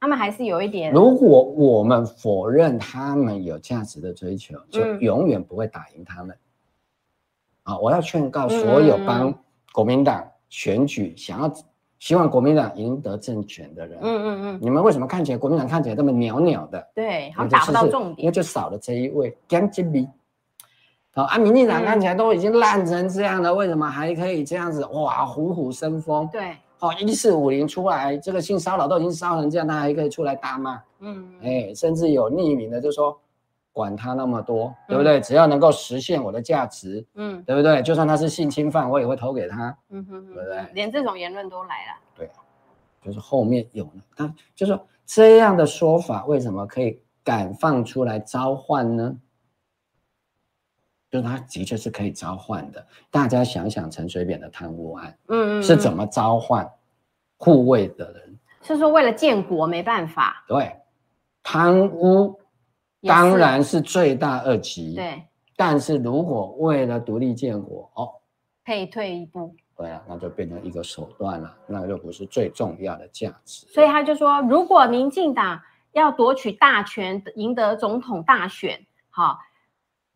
[SPEAKER 1] 他们还是有一点，
[SPEAKER 2] 如果我们否认他们有价值的追求，就
[SPEAKER 1] 嗯
[SPEAKER 2] 永远不会打赢他们。啊，我要劝告所有
[SPEAKER 1] 嗯
[SPEAKER 2] 帮国民党选举、想要希望国民党赢得政权的人，
[SPEAKER 1] 嗯嗯嗯，
[SPEAKER 2] 你们为什么看起来国民党看起来这么袅袅的？
[SPEAKER 1] 对，好像
[SPEAKER 2] 那就
[SPEAKER 1] 打
[SPEAKER 2] 是
[SPEAKER 1] 不到重
[SPEAKER 2] 因为
[SPEAKER 1] 点，
[SPEAKER 2] 就少了这一位江吉米。好、啊，民
[SPEAKER 1] 嗯
[SPEAKER 2] 进党看起来都已经烂成这样了，为什么还可以这样子？哇，虎虎生风。
[SPEAKER 1] 对，
[SPEAKER 2] 好，一四五零出来，这个性骚扰都已经骚成这样，他还可以出来大骂，
[SPEAKER 1] 嗯，嗯
[SPEAKER 2] 哎，甚至有匿名的就说，管他那么多，对不对？只要能够实现我的价值，
[SPEAKER 1] 嗯
[SPEAKER 2] 对不对？就算他是性侵犯，我也会投给他。
[SPEAKER 1] 嗯哼
[SPEAKER 2] 对不对
[SPEAKER 1] 哼，连这种言论都来了，
[SPEAKER 2] 对，就是后面有呢，但就是说这样的说法为什么可以敢放出来召唤呢？就是它的确是可以召唤的。大家想想陈水扁的贪污案，
[SPEAKER 1] 嗯嗯，
[SPEAKER 2] 是怎么召唤护卫的人？
[SPEAKER 1] 是说为了建国没办法，
[SPEAKER 2] 对，贪污
[SPEAKER 1] 也是
[SPEAKER 2] 当然是罪大恶极。，
[SPEAKER 1] 对，
[SPEAKER 2] 但是如果为了独立建国，哦，
[SPEAKER 1] 退退一步。
[SPEAKER 2] 对啊，那就变成一个手段了，那就不是最重要的价值。
[SPEAKER 1] 所以他就说，如果民进党要夺取大权，赢得总统大选，好，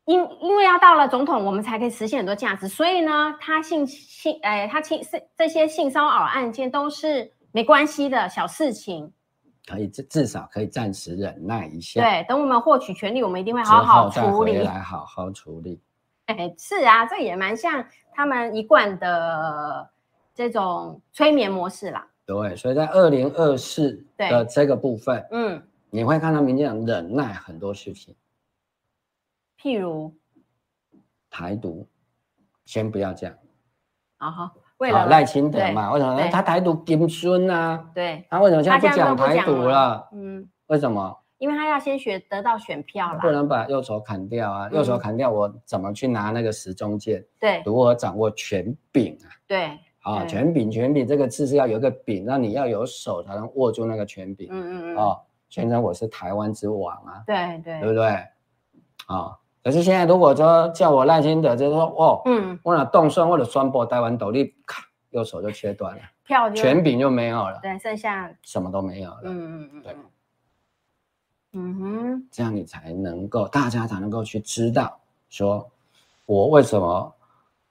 [SPEAKER 1] 因因为要到了总统，我们才可以实现很多价值。所以呢，他性性，哎，他性是这些性骚扰案件都是没关系的小事情。
[SPEAKER 2] 可以至至少可以暂时忍耐一下，
[SPEAKER 1] 对，等我们获取权利，我们一定会
[SPEAKER 2] 之
[SPEAKER 1] 好好
[SPEAKER 2] 后再
[SPEAKER 1] 处
[SPEAKER 2] 回
[SPEAKER 1] 理。
[SPEAKER 2] 来好好处理。
[SPEAKER 1] 哎，是啊，这也蛮像他们一贯的这种催眠模式啦。
[SPEAKER 2] 对，所以在二零二四
[SPEAKER 1] 对
[SPEAKER 2] 的这个部分，
[SPEAKER 1] 嗯，
[SPEAKER 2] 你会看到民进党忍耐很多事情，
[SPEAKER 1] 譬如，
[SPEAKER 2] 台独先不要讲，
[SPEAKER 1] 啊哈，为
[SPEAKER 2] 啊
[SPEAKER 1] 了
[SPEAKER 2] 赖清德
[SPEAKER 1] 对
[SPEAKER 2] 嘛，为什么
[SPEAKER 1] 对
[SPEAKER 2] 他台独金孙啊？
[SPEAKER 1] 对，
[SPEAKER 2] 他为什么现
[SPEAKER 1] 他
[SPEAKER 2] 在不
[SPEAKER 1] 现在
[SPEAKER 2] 讲
[SPEAKER 1] 都不
[SPEAKER 2] 台
[SPEAKER 1] 讲
[SPEAKER 2] 独了？
[SPEAKER 1] 嗯。
[SPEAKER 2] 为什么
[SPEAKER 1] 因为他要先学得到选票
[SPEAKER 2] 不
[SPEAKER 1] 啦。
[SPEAKER 2] 能把右手砍掉啊？右手
[SPEAKER 1] 嗯
[SPEAKER 2] 砍掉，我怎么去拿那个时钟剑？
[SPEAKER 1] 对
[SPEAKER 2] 如何掌握权柄啊？
[SPEAKER 1] 对，
[SPEAKER 2] 啊，
[SPEAKER 1] 对
[SPEAKER 2] 权柄，权柄这个字是要有一个柄，那你要有手才能握住那个权柄啊、
[SPEAKER 1] 嗯嗯嗯，
[SPEAKER 2] 宣称我是台湾之王啊，
[SPEAKER 1] 对
[SPEAKER 2] 对不
[SPEAKER 1] 对，
[SPEAKER 2] 对？啊、可是现在如果说叫我赖清德，就是说哦，
[SPEAKER 1] 嗯，
[SPEAKER 2] 我哪动算或者双波台湾斗笠，咔，右手就切断了，
[SPEAKER 1] 票就
[SPEAKER 2] 权柄就没有了，
[SPEAKER 1] 对，剩下
[SPEAKER 2] 什么都没有了。
[SPEAKER 1] 嗯嗯嗯
[SPEAKER 2] 对
[SPEAKER 1] 嗯，嗯哼，
[SPEAKER 2] 这样你才能够，大家才能够去知道，说我为什么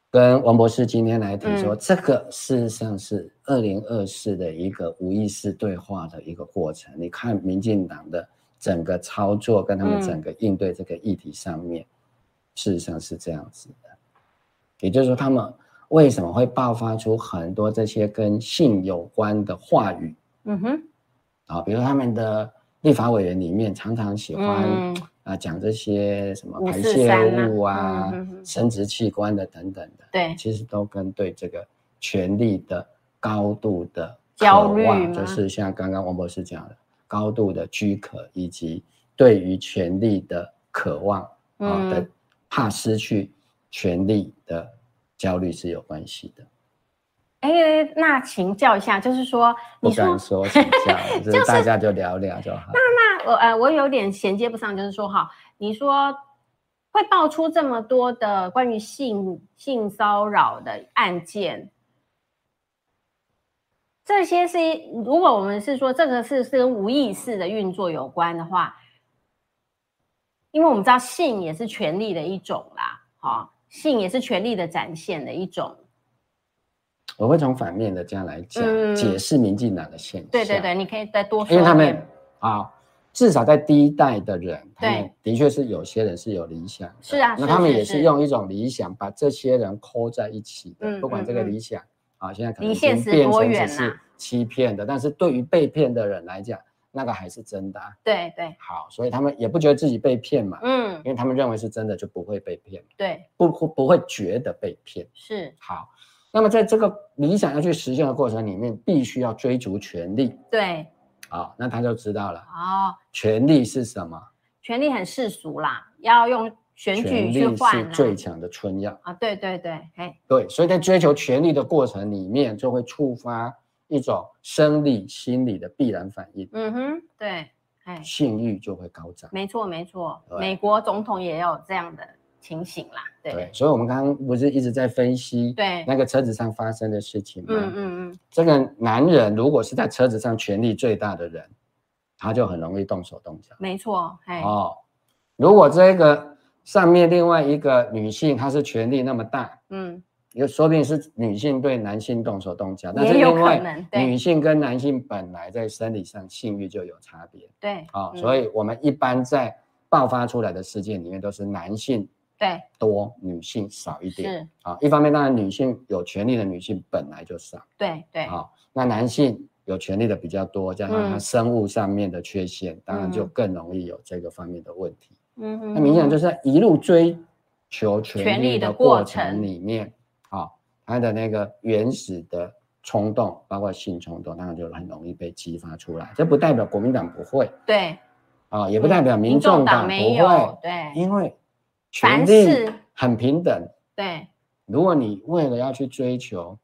[SPEAKER 2] 跟王博士今天来提说，
[SPEAKER 1] 嗯
[SPEAKER 2] 这个事实上是二零二四的一个无意识对话的一个过程。你看民进党的整个操作跟他们
[SPEAKER 1] 嗯
[SPEAKER 2] 整个应对这个议题上面，事实上是这样子的。也就是说，他们为什么会爆发出很多这些跟性有关的话语？
[SPEAKER 1] 嗯哼，
[SPEAKER 2] 啊，比如他们的立法委员里面常常喜欢啊、
[SPEAKER 1] 嗯
[SPEAKER 2] 讲这些什么排泄
[SPEAKER 1] 543
[SPEAKER 2] 物
[SPEAKER 1] 啊
[SPEAKER 2] 啊、
[SPEAKER 1] 嗯嗯嗯
[SPEAKER 2] 生殖器官的等等的，
[SPEAKER 1] 对，
[SPEAKER 2] 其实都跟对这个权力的高度的
[SPEAKER 1] 焦
[SPEAKER 2] 渴望
[SPEAKER 1] 虑吗
[SPEAKER 2] 就是像刚刚王博士讲的高度的饥渴，以及对于权力的渴望啊、
[SPEAKER 1] 嗯
[SPEAKER 2] 的怕失去权力的焦虑是有关系的。
[SPEAKER 1] 哎，那请教一下，就是说，
[SPEAKER 2] 不
[SPEAKER 1] 你说
[SPEAKER 2] 敢说请教， 就是大家就聊聊就好。
[SPEAKER 1] 那我呃，我有点衔接不上，就是说哈，你说会爆出这么多的关于性性骚扰的案件，这些是如果我们是说这个是是跟无意识的运作有关的话，因为我们知道性也是权力的一种啦，哈、性也是权力的展现的一种。
[SPEAKER 2] 我会从反面的这样来讲，
[SPEAKER 1] 嗯
[SPEAKER 2] 解释民进党的现象。
[SPEAKER 1] 对对对，，你可以再多说
[SPEAKER 2] 啊因
[SPEAKER 1] 一点，
[SPEAKER 2] 为他们啊，至少在第一代的人，他们
[SPEAKER 1] 对
[SPEAKER 2] 的确是有些人是有理想的，
[SPEAKER 1] 是啊
[SPEAKER 2] 那
[SPEAKER 1] 是
[SPEAKER 2] 他们
[SPEAKER 1] 是
[SPEAKER 2] 也
[SPEAKER 1] 是
[SPEAKER 2] 是用一种理想把这些人抠在一起的，
[SPEAKER 1] 嗯
[SPEAKER 2] 不管这个
[SPEAKER 1] 嗯嗯
[SPEAKER 2] 理想啊，现在可能
[SPEAKER 1] 离
[SPEAKER 2] 已经
[SPEAKER 1] 现实
[SPEAKER 2] 变
[SPEAKER 1] 多
[SPEAKER 2] 成
[SPEAKER 1] 远
[SPEAKER 2] 只是
[SPEAKER 1] 啊
[SPEAKER 2] 欺骗的，但是对于被骗的人来讲，那个还是真的啊、
[SPEAKER 1] 对对，
[SPEAKER 2] 好，所以他们也不觉得自己被骗嘛，
[SPEAKER 1] 嗯，
[SPEAKER 2] 因为他们认为是真的就不会被骗，
[SPEAKER 1] 对，
[SPEAKER 2] 不不会觉得被骗。
[SPEAKER 1] 是，
[SPEAKER 2] 好，那么在这个理想要去实现的过程里面，必须要追逐权利
[SPEAKER 1] 对，
[SPEAKER 2] 啊、那他就知道了
[SPEAKER 1] 哦。
[SPEAKER 2] 权利是什么。
[SPEAKER 1] 权力很世俗啦，要用选举
[SPEAKER 2] 权
[SPEAKER 1] 去
[SPEAKER 2] 利
[SPEAKER 1] 换
[SPEAKER 2] 是
[SPEAKER 1] 啊
[SPEAKER 2] 最强的春药，
[SPEAKER 1] 啊，对对对，哎，
[SPEAKER 2] 对，所以在追求权利的过程里面，就会触发一种生理、心理的必然反应，
[SPEAKER 1] 嗯哼，对，哎，
[SPEAKER 2] 性欲就会高涨。
[SPEAKER 1] 没错没错，
[SPEAKER 2] 对
[SPEAKER 1] 美国总统也有这样的情形啦，对
[SPEAKER 2] 对，所以我们刚刚不是一直在分析
[SPEAKER 1] 对
[SPEAKER 2] 那个车子上发生的事情吗？
[SPEAKER 1] 嗯嗯嗯，
[SPEAKER 2] 这个男人如果是在车子上权力最大的人，他就很容易动手动脚。
[SPEAKER 1] 没错，哎，
[SPEAKER 2] 哦，如果这个上面另外一个女性她是权力那么大，
[SPEAKER 1] 嗯，
[SPEAKER 2] 有说不定是女性对男性动手动脚，但
[SPEAKER 1] 也
[SPEAKER 2] 是
[SPEAKER 1] 有
[SPEAKER 2] 因
[SPEAKER 1] 可
[SPEAKER 2] 为
[SPEAKER 1] 能，对
[SPEAKER 2] 女性跟男性本来在生理上性欲就有差别
[SPEAKER 1] 对，
[SPEAKER 2] 啊、哦
[SPEAKER 1] 嗯
[SPEAKER 2] 所以我们一般在爆发出来的事件里面都是男性
[SPEAKER 1] 对
[SPEAKER 2] 多，女性少一点
[SPEAKER 1] 是，
[SPEAKER 2] 啊、一方面当然女性有权利的女性本来就少
[SPEAKER 1] 对对
[SPEAKER 2] 啊、，哦那男性。有权利的比较多，加上他
[SPEAKER 1] 嗯
[SPEAKER 2] 生物上面的缺陷，当然就
[SPEAKER 1] 嗯
[SPEAKER 2] 更容易有这个方面的问题。
[SPEAKER 1] 嗯哼，
[SPEAKER 2] 那明显就是是在一路追求权
[SPEAKER 1] 权力
[SPEAKER 2] 力
[SPEAKER 1] 的
[SPEAKER 2] 的
[SPEAKER 1] 过
[SPEAKER 2] 过
[SPEAKER 1] 程
[SPEAKER 2] 程里面，啊、它的那个原始的冲动，包括性冲动，当然就很容易被激发出来。这不代表国民党不会
[SPEAKER 1] 对，
[SPEAKER 2] 啊、也不代表民众
[SPEAKER 1] 众党
[SPEAKER 2] 不
[SPEAKER 1] 没有
[SPEAKER 2] 会，，
[SPEAKER 1] 对
[SPEAKER 2] 因为权
[SPEAKER 1] 凡
[SPEAKER 2] 力
[SPEAKER 1] 事
[SPEAKER 2] 很平等。
[SPEAKER 1] 对
[SPEAKER 2] 如果你为了要去追求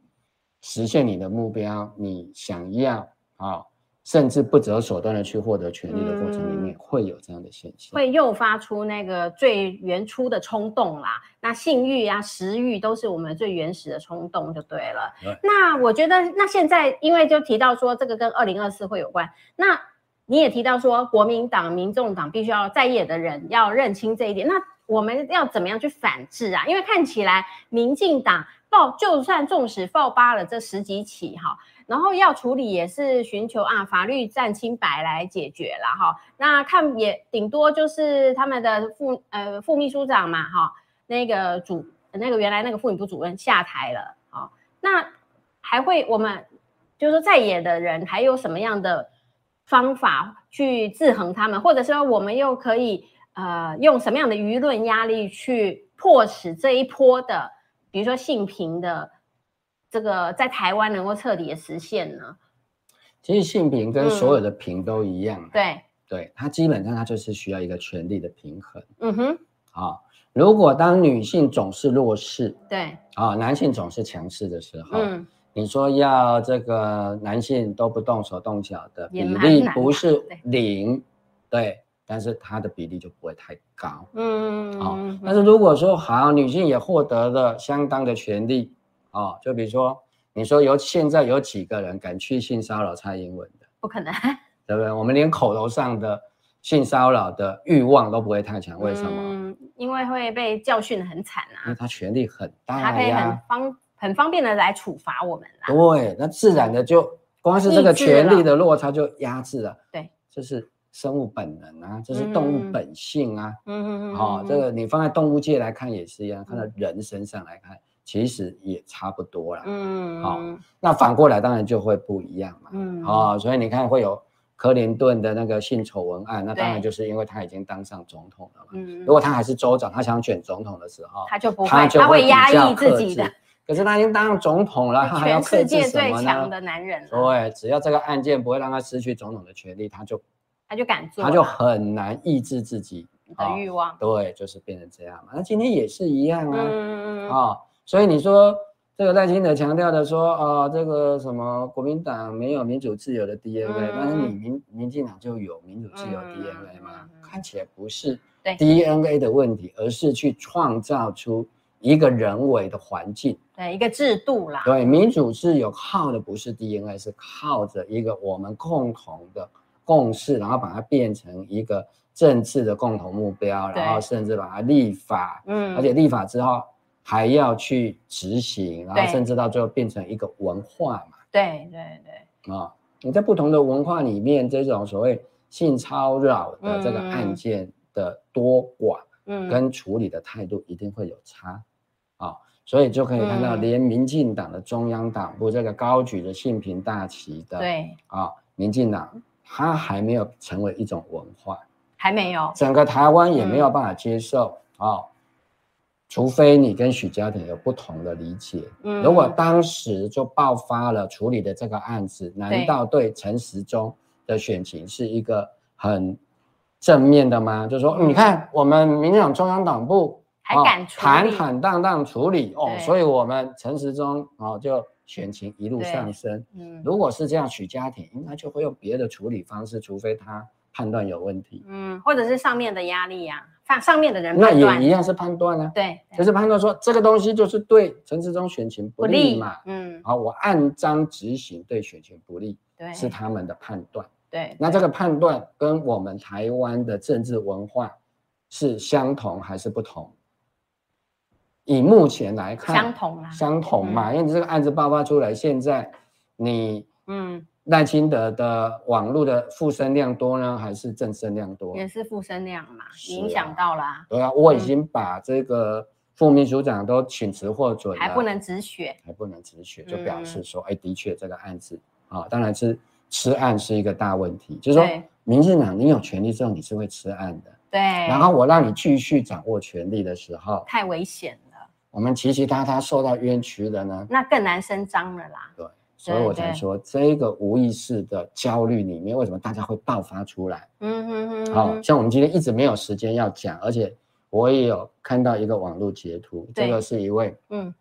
[SPEAKER 2] 实现你的目标，你想要啊、甚至不择手段的去获得权利的过程里
[SPEAKER 1] 嗯
[SPEAKER 2] 面，会有这样的现象。
[SPEAKER 1] 会诱发出那个最原初的冲动啦。那性欲啊、食欲都是我们最原始的冲动，就对了。
[SPEAKER 2] 对
[SPEAKER 1] 那我觉得，那现在因为就提到说这个跟二零二四会有关，那你也提到说国民党、民众党必须要在野的人要认清这一点。那我们要怎么样去反制啊？因为看起来民进党爆，就算纵使爆发了这十几起哈，然后要处理也是寻求啊法律占清白来解决啦哈。那看也顶多就是他们的副呃副秘书长嘛哈，那个主那个原来那个妇女部主任下台了啊、哦那还会我们就是说在野的人还有什么样的方法去制衡他们，或者说我们又可以呃用什么样的舆论压力去迫使这一波的，比如说性平的这个在台湾能够彻底的实现呢？
[SPEAKER 2] 其实性平跟所有的平都一样，
[SPEAKER 1] 嗯
[SPEAKER 2] 啊
[SPEAKER 1] 对，
[SPEAKER 2] 对它基本上它就是需要一个权力的平衡
[SPEAKER 1] 嗯哼，
[SPEAKER 2] 啊、如果当女性总是弱势
[SPEAKER 1] 对，
[SPEAKER 2] 啊、男性总是强势的时候，
[SPEAKER 1] 嗯，
[SPEAKER 2] 你说要这个男性都不动手动脚的比
[SPEAKER 1] 也蛮
[SPEAKER 2] 例
[SPEAKER 1] 难
[SPEAKER 2] 不
[SPEAKER 1] 啊
[SPEAKER 2] 是
[SPEAKER 1] 对
[SPEAKER 2] 零，对，但是它的比例就不会太高。
[SPEAKER 1] 嗯，
[SPEAKER 2] 哦
[SPEAKER 1] 嗯
[SPEAKER 2] 但是如果说好，女性也获得了相当的权利哦，就比如说你说有现在有几个人敢去性骚扰蔡英文的，
[SPEAKER 1] 不可能，
[SPEAKER 2] 对不对？我们连口头上的性骚扰的欲望都不会太强，为什么？
[SPEAKER 1] 嗯，因为会被教训得很惨
[SPEAKER 2] 因为
[SPEAKER 1] 啊，
[SPEAKER 2] 他权力很
[SPEAKER 1] 他
[SPEAKER 2] 大
[SPEAKER 1] 可以很
[SPEAKER 2] 嗯哎呀，
[SPEAKER 1] 方很方便的来处罚我们啦。
[SPEAKER 2] 对，那自然的就光是这
[SPEAKER 1] 抑
[SPEAKER 2] 个
[SPEAKER 1] 嗯制
[SPEAKER 2] 权
[SPEAKER 1] 了
[SPEAKER 2] 力的落差就压制了，
[SPEAKER 1] 对，
[SPEAKER 2] 这是生物本能啊，这是动
[SPEAKER 1] 嗯
[SPEAKER 2] 物本性啊，
[SPEAKER 1] 嗯嗯嗯，
[SPEAKER 2] 哦，
[SPEAKER 1] 嗯
[SPEAKER 2] 这个你放在动物界来看也是一样，放在
[SPEAKER 1] 嗯
[SPEAKER 2] 人身上来看其实也差不多啦。
[SPEAKER 1] 嗯，
[SPEAKER 2] 好
[SPEAKER 1] 嗯
[SPEAKER 2] 那反过来当然就会不一样嘛。
[SPEAKER 1] 嗯，
[SPEAKER 2] 哦，所以你看会有克林顿的那个性丑闻案，那当然
[SPEAKER 1] 对
[SPEAKER 2] 就是因为他已经当上总统了嘛。
[SPEAKER 1] 嗯，
[SPEAKER 2] 如果他还是州长，他想选总统的时候，
[SPEAKER 1] 他就不会，
[SPEAKER 2] 他就
[SPEAKER 1] 他会
[SPEAKER 2] 比
[SPEAKER 1] 压
[SPEAKER 2] 较
[SPEAKER 1] 抑自
[SPEAKER 2] 克
[SPEAKER 1] 己
[SPEAKER 2] 制
[SPEAKER 1] 的，。
[SPEAKER 2] 可是他已经当上总统了，他还要
[SPEAKER 1] 全
[SPEAKER 2] 克
[SPEAKER 1] 世
[SPEAKER 2] 制
[SPEAKER 1] 界
[SPEAKER 2] 什
[SPEAKER 1] 最
[SPEAKER 2] 么
[SPEAKER 1] 强
[SPEAKER 2] 呢
[SPEAKER 1] 的？男人了，
[SPEAKER 2] 对，只要这个案件不会让他失去总统的权利，他就
[SPEAKER 1] 他就敢做
[SPEAKER 2] 他
[SPEAKER 1] 了，
[SPEAKER 2] 就很难抑制自己。哦
[SPEAKER 1] 的欲望，
[SPEAKER 2] 对，就是变成这样嘛。那今天也是一样啊。
[SPEAKER 1] 嗯，
[SPEAKER 2] 啊、所以你说这个赖清德强调的说，啊、这个什么国民党没有民主自由的 DNA，、但是你
[SPEAKER 1] 嗯
[SPEAKER 2] 民民进党就有民主自由
[SPEAKER 1] 嗯
[SPEAKER 2] DNA 嘛？
[SPEAKER 1] 嗯嗯
[SPEAKER 2] 看起来不是
[SPEAKER 1] 对
[SPEAKER 2] DNA 的问题，而是去创造出一个人为的环境。
[SPEAKER 1] 对，一个制度啦，
[SPEAKER 2] 对，民主自由靠的不是 DNA，是靠着一个我们共同的共识，然后把它变成一个政治的共同目标，然后
[SPEAKER 1] 对
[SPEAKER 2] 甚至把它立法，
[SPEAKER 1] 嗯，
[SPEAKER 2] 而且立法之后还要去执行，然后
[SPEAKER 1] 对
[SPEAKER 2] 甚至到最后变成一个文化
[SPEAKER 1] 对对对，
[SPEAKER 2] 嘛啊、你在不同的文化里面，这种所谓性骚扰的这个案件的多寡
[SPEAKER 1] 嗯，
[SPEAKER 2] 跟处理的态度一定会有差啊、所以就可以看到，
[SPEAKER 1] 嗯
[SPEAKER 2] 连民进党的中央党部这个高举着性平大旗的
[SPEAKER 1] 对
[SPEAKER 2] 啊、民进党，它还没有成为一种文化，
[SPEAKER 1] 还没有，
[SPEAKER 2] 整个台湾也
[SPEAKER 1] 嗯
[SPEAKER 2] 没有办法接受啊、哦，除非你跟许家鼎有不同的理解。
[SPEAKER 1] 嗯，
[SPEAKER 2] 如果哦当时就爆发了处理的这个案子，难道对陈时中的选情是一个很正面的吗？就说、
[SPEAKER 1] 嗯
[SPEAKER 2] 嗯你看我们民进党中央党部
[SPEAKER 1] 还
[SPEAKER 2] 哦
[SPEAKER 1] 敢处理
[SPEAKER 2] 坦坦荡荡处理哦
[SPEAKER 1] 对，
[SPEAKER 2] 所以我们陈时中哦就选情一路
[SPEAKER 1] 对
[SPEAKER 2] 上升。
[SPEAKER 1] 嗯
[SPEAKER 2] 如果是这样，许家庭应该就会用别的处理方式，除非他判断有问题。
[SPEAKER 1] 嗯，或者是上面的压力呀，上上面的人
[SPEAKER 2] 那
[SPEAKER 1] 判断
[SPEAKER 2] 也一，样是判断啊，
[SPEAKER 1] 对，对
[SPEAKER 2] 就是判断说这个东西就是对陈志忠选情不
[SPEAKER 1] 不
[SPEAKER 2] 利
[SPEAKER 1] 利
[SPEAKER 2] 嘛，
[SPEAKER 1] 嗯，
[SPEAKER 2] 好，我按章执行对选情不利
[SPEAKER 1] 对，
[SPEAKER 2] 是他们的判断，
[SPEAKER 1] 对，
[SPEAKER 2] 那这个判断跟我们台湾的政治文化是相同还是不同？以目前来看，
[SPEAKER 1] 相同啦，啊
[SPEAKER 2] 相同嘛，因为你这个案子爆发出来，现在你
[SPEAKER 1] 嗯，
[SPEAKER 2] 赖清德的网络的附身量多呢，还是正身量多？
[SPEAKER 1] 也是附身量嘛，
[SPEAKER 2] 是
[SPEAKER 1] 影响
[SPEAKER 2] 啊
[SPEAKER 1] 到啦，
[SPEAKER 2] 对啊，我已
[SPEAKER 1] 嗯
[SPEAKER 2] 经把这个副秘书长都请辞获准了，
[SPEAKER 1] 还不能止血，
[SPEAKER 2] 还不能止血，
[SPEAKER 1] 嗯
[SPEAKER 2] 就表示说，哎、的确这个案子啊，当然是吃案是一个大问题，就是说
[SPEAKER 1] 对
[SPEAKER 2] 民进党你有权利之后你是会吃案的，
[SPEAKER 1] 对，
[SPEAKER 2] 然后我让你继续掌握权力的时候，
[SPEAKER 1] 太危险了，
[SPEAKER 2] 我们其其他他受到冤屈的呢，
[SPEAKER 1] 那更难伸张了啦。
[SPEAKER 2] 对，所以我才说这个无意识的焦虑里面，为什么大家会爆发出来？
[SPEAKER 1] 嗯哼哼哼，
[SPEAKER 2] 好、像我们今天一直没有时间要讲，而且我也有看到一个网络截图，这
[SPEAKER 1] 对
[SPEAKER 2] 个是一位
[SPEAKER 1] 嗯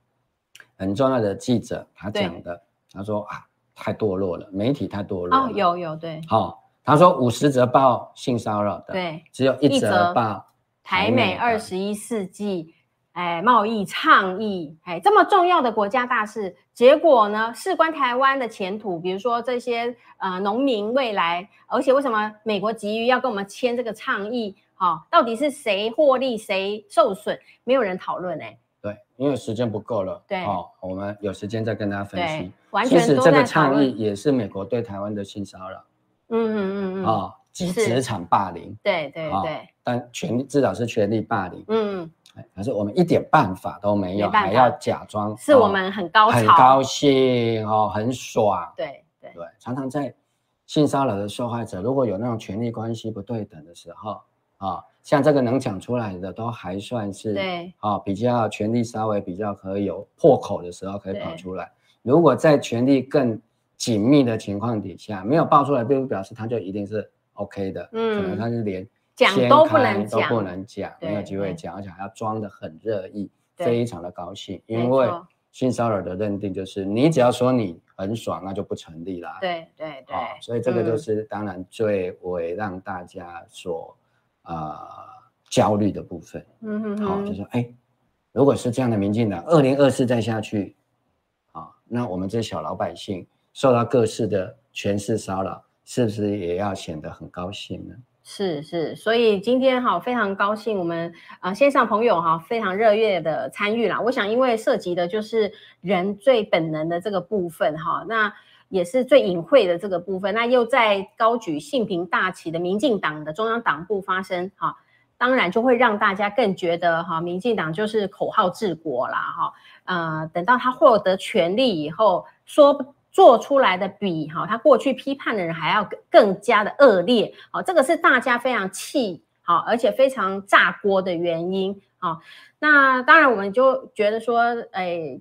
[SPEAKER 2] 很重要的记者他
[SPEAKER 1] 对
[SPEAKER 2] 讲的，他说啊太堕落了，媒体太堕落了。
[SPEAKER 1] 哦，有有对
[SPEAKER 2] 好、他说五十则报性骚扰的，，
[SPEAKER 1] 对，
[SPEAKER 2] 只有一
[SPEAKER 1] 一则
[SPEAKER 2] 则报
[SPEAKER 1] 台
[SPEAKER 2] 台
[SPEAKER 1] 美
[SPEAKER 2] 美
[SPEAKER 1] 二
[SPEAKER 2] 的
[SPEAKER 1] 十一世纪哎贸易倡议哎这么重要的国家大事，结果呢事关台湾的前途，比如说这些呃农民未来，而且为什么美国急于要跟我们签这个倡议？好、到底是谁获利谁受损？没有人讨论哎、
[SPEAKER 2] 对，因为时间不够了，
[SPEAKER 1] 对
[SPEAKER 2] 哦，我们有时间再跟大家分
[SPEAKER 1] 对
[SPEAKER 2] 析。，
[SPEAKER 1] 完
[SPEAKER 2] 其
[SPEAKER 1] 全
[SPEAKER 2] 实
[SPEAKER 1] 都
[SPEAKER 2] 这个
[SPEAKER 1] 在讨
[SPEAKER 2] 倡
[SPEAKER 1] 论
[SPEAKER 2] 议。也是美国对台湾的性骚扰啊
[SPEAKER 1] 嗯嗯嗯，嗯，
[SPEAKER 2] 哦及
[SPEAKER 1] 是
[SPEAKER 2] 职场霸凌，
[SPEAKER 1] 对对
[SPEAKER 2] 哦
[SPEAKER 1] 对，
[SPEAKER 2] 但权力至少是权力霸凌，
[SPEAKER 1] 嗯，
[SPEAKER 2] 哎可是我们一点办法都没有，
[SPEAKER 1] 没办法
[SPEAKER 2] 还要假装
[SPEAKER 1] 是我
[SPEAKER 2] 哦
[SPEAKER 1] 们很高
[SPEAKER 2] 很
[SPEAKER 1] 潮，
[SPEAKER 2] 高兴哦，很爽，
[SPEAKER 1] 对对，
[SPEAKER 2] 对，常常在性骚扰的受害者，如果有那种权力关系不对等的时候啊、像这个能讲出来的，都还算是
[SPEAKER 1] 对
[SPEAKER 2] 啊、比较权力稍微比较可以有破口的时候可以
[SPEAKER 1] 对
[SPEAKER 2] 跑出来。如果在权力更紧密的情况底下，没有爆出来，并不表示他就一定是 OK 的，可
[SPEAKER 1] 嗯
[SPEAKER 2] 能他是连
[SPEAKER 1] 讲
[SPEAKER 2] 掀
[SPEAKER 1] 都不
[SPEAKER 2] 开
[SPEAKER 1] 能
[SPEAKER 2] 都不
[SPEAKER 1] 讲
[SPEAKER 2] 能讲，没有
[SPEAKER 1] 对
[SPEAKER 2] 机
[SPEAKER 1] 对
[SPEAKER 2] 会讲，而且还要装的很热议，
[SPEAKER 1] 对
[SPEAKER 2] 非常的高兴，
[SPEAKER 1] 没
[SPEAKER 2] 因为
[SPEAKER 1] 错
[SPEAKER 2] 性骚扰的认定就是你只要说你很爽，那就不成立啦。
[SPEAKER 1] 对对对
[SPEAKER 2] 哦，所以这个
[SPEAKER 1] 嗯
[SPEAKER 2] 就是当然最为让大家所呃焦虑的部分。
[SPEAKER 1] 嗯哼
[SPEAKER 2] 好、就
[SPEAKER 1] 哼，
[SPEAKER 2] 是哎，如果是这样的民进党，二零二四再下去，啊、那我们这些小老百姓受到各式的权势骚扰，是不是也要显得很高兴呢？
[SPEAKER 1] 是是，所以今天哈非常高兴，我们啊、呃线上朋友哈非常热烈的参与啦。我想，因为涉及的就是人最本能的这个部分哈，那也是最隐晦的这个部分，那又在高举性平大旗的民进党的中央党部发声哈。当然就会让大家更觉得哈，民进党就是口号治国啦哈。呃，等到他获得权力以后，说做出来的比哈他过去批判的人还要更更加的恶劣，好、这个是大家非常气好、而且非常炸锅的原因啊、好那当然我们就觉得说，哎。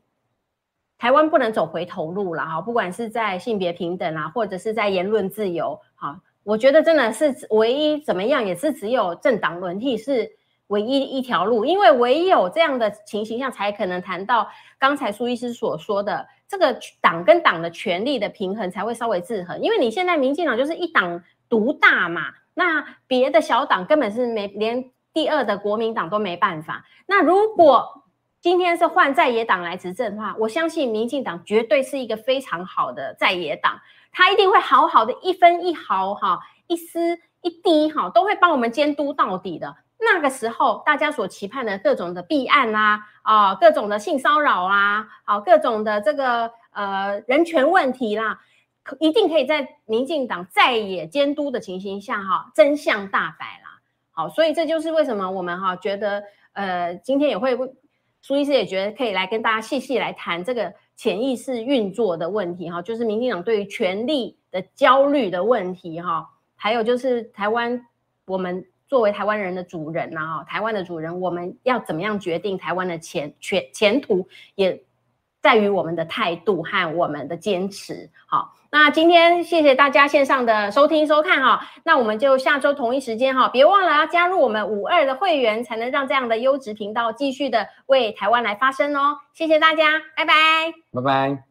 [SPEAKER 1] 台湾不能走回头路了哈，不管是在性别平等啊，或者是在言论自由，哈，我觉得真的是唯一怎么样，也是只有政党轮替是唯一一条路，因为唯有这样的情形下，才可能谈到刚才苏医师所说的这个党跟党的权力的平衡才会稍微制衡，因为你现在民进党就是一党独大嘛，那别的小党根本是没连第二的国民党都没办法。那如果今天是换在野党来执政的话，我相信民进党绝对是一个非常好的在野党。他一定会好好的一分一毫哈，一丝一滴哈，都会帮我们监督到底的。那个时候，大家所期盼的各种的弊案啊，啊、各种的性骚扰啊，好、各种的这个呃人权问题啦，可一定可以在民进党在野监督的情形下哈，真相大白啦。好，所以这就是为什么我们哈觉得，呃，今天也会为苏医师也觉得可以来跟大家细细来谈这个潜意识运作的问题哈，就是民进党对于权力的焦虑的问题哈，还有就是台湾我们作为台湾人的主人呐、哈，台湾的主人我们要怎么样决定台湾的前前前途也。在于我们的态度和我们的坚持。好，那今天谢谢大家线上的收听收看哈、那我们就下周同一时间哈，别忘了要加入我们五二的会员，才能让这样的优质频道继续的为台湾来发声哦。谢谢大家，拜拜。
[SPEAKER 2] 拜拜。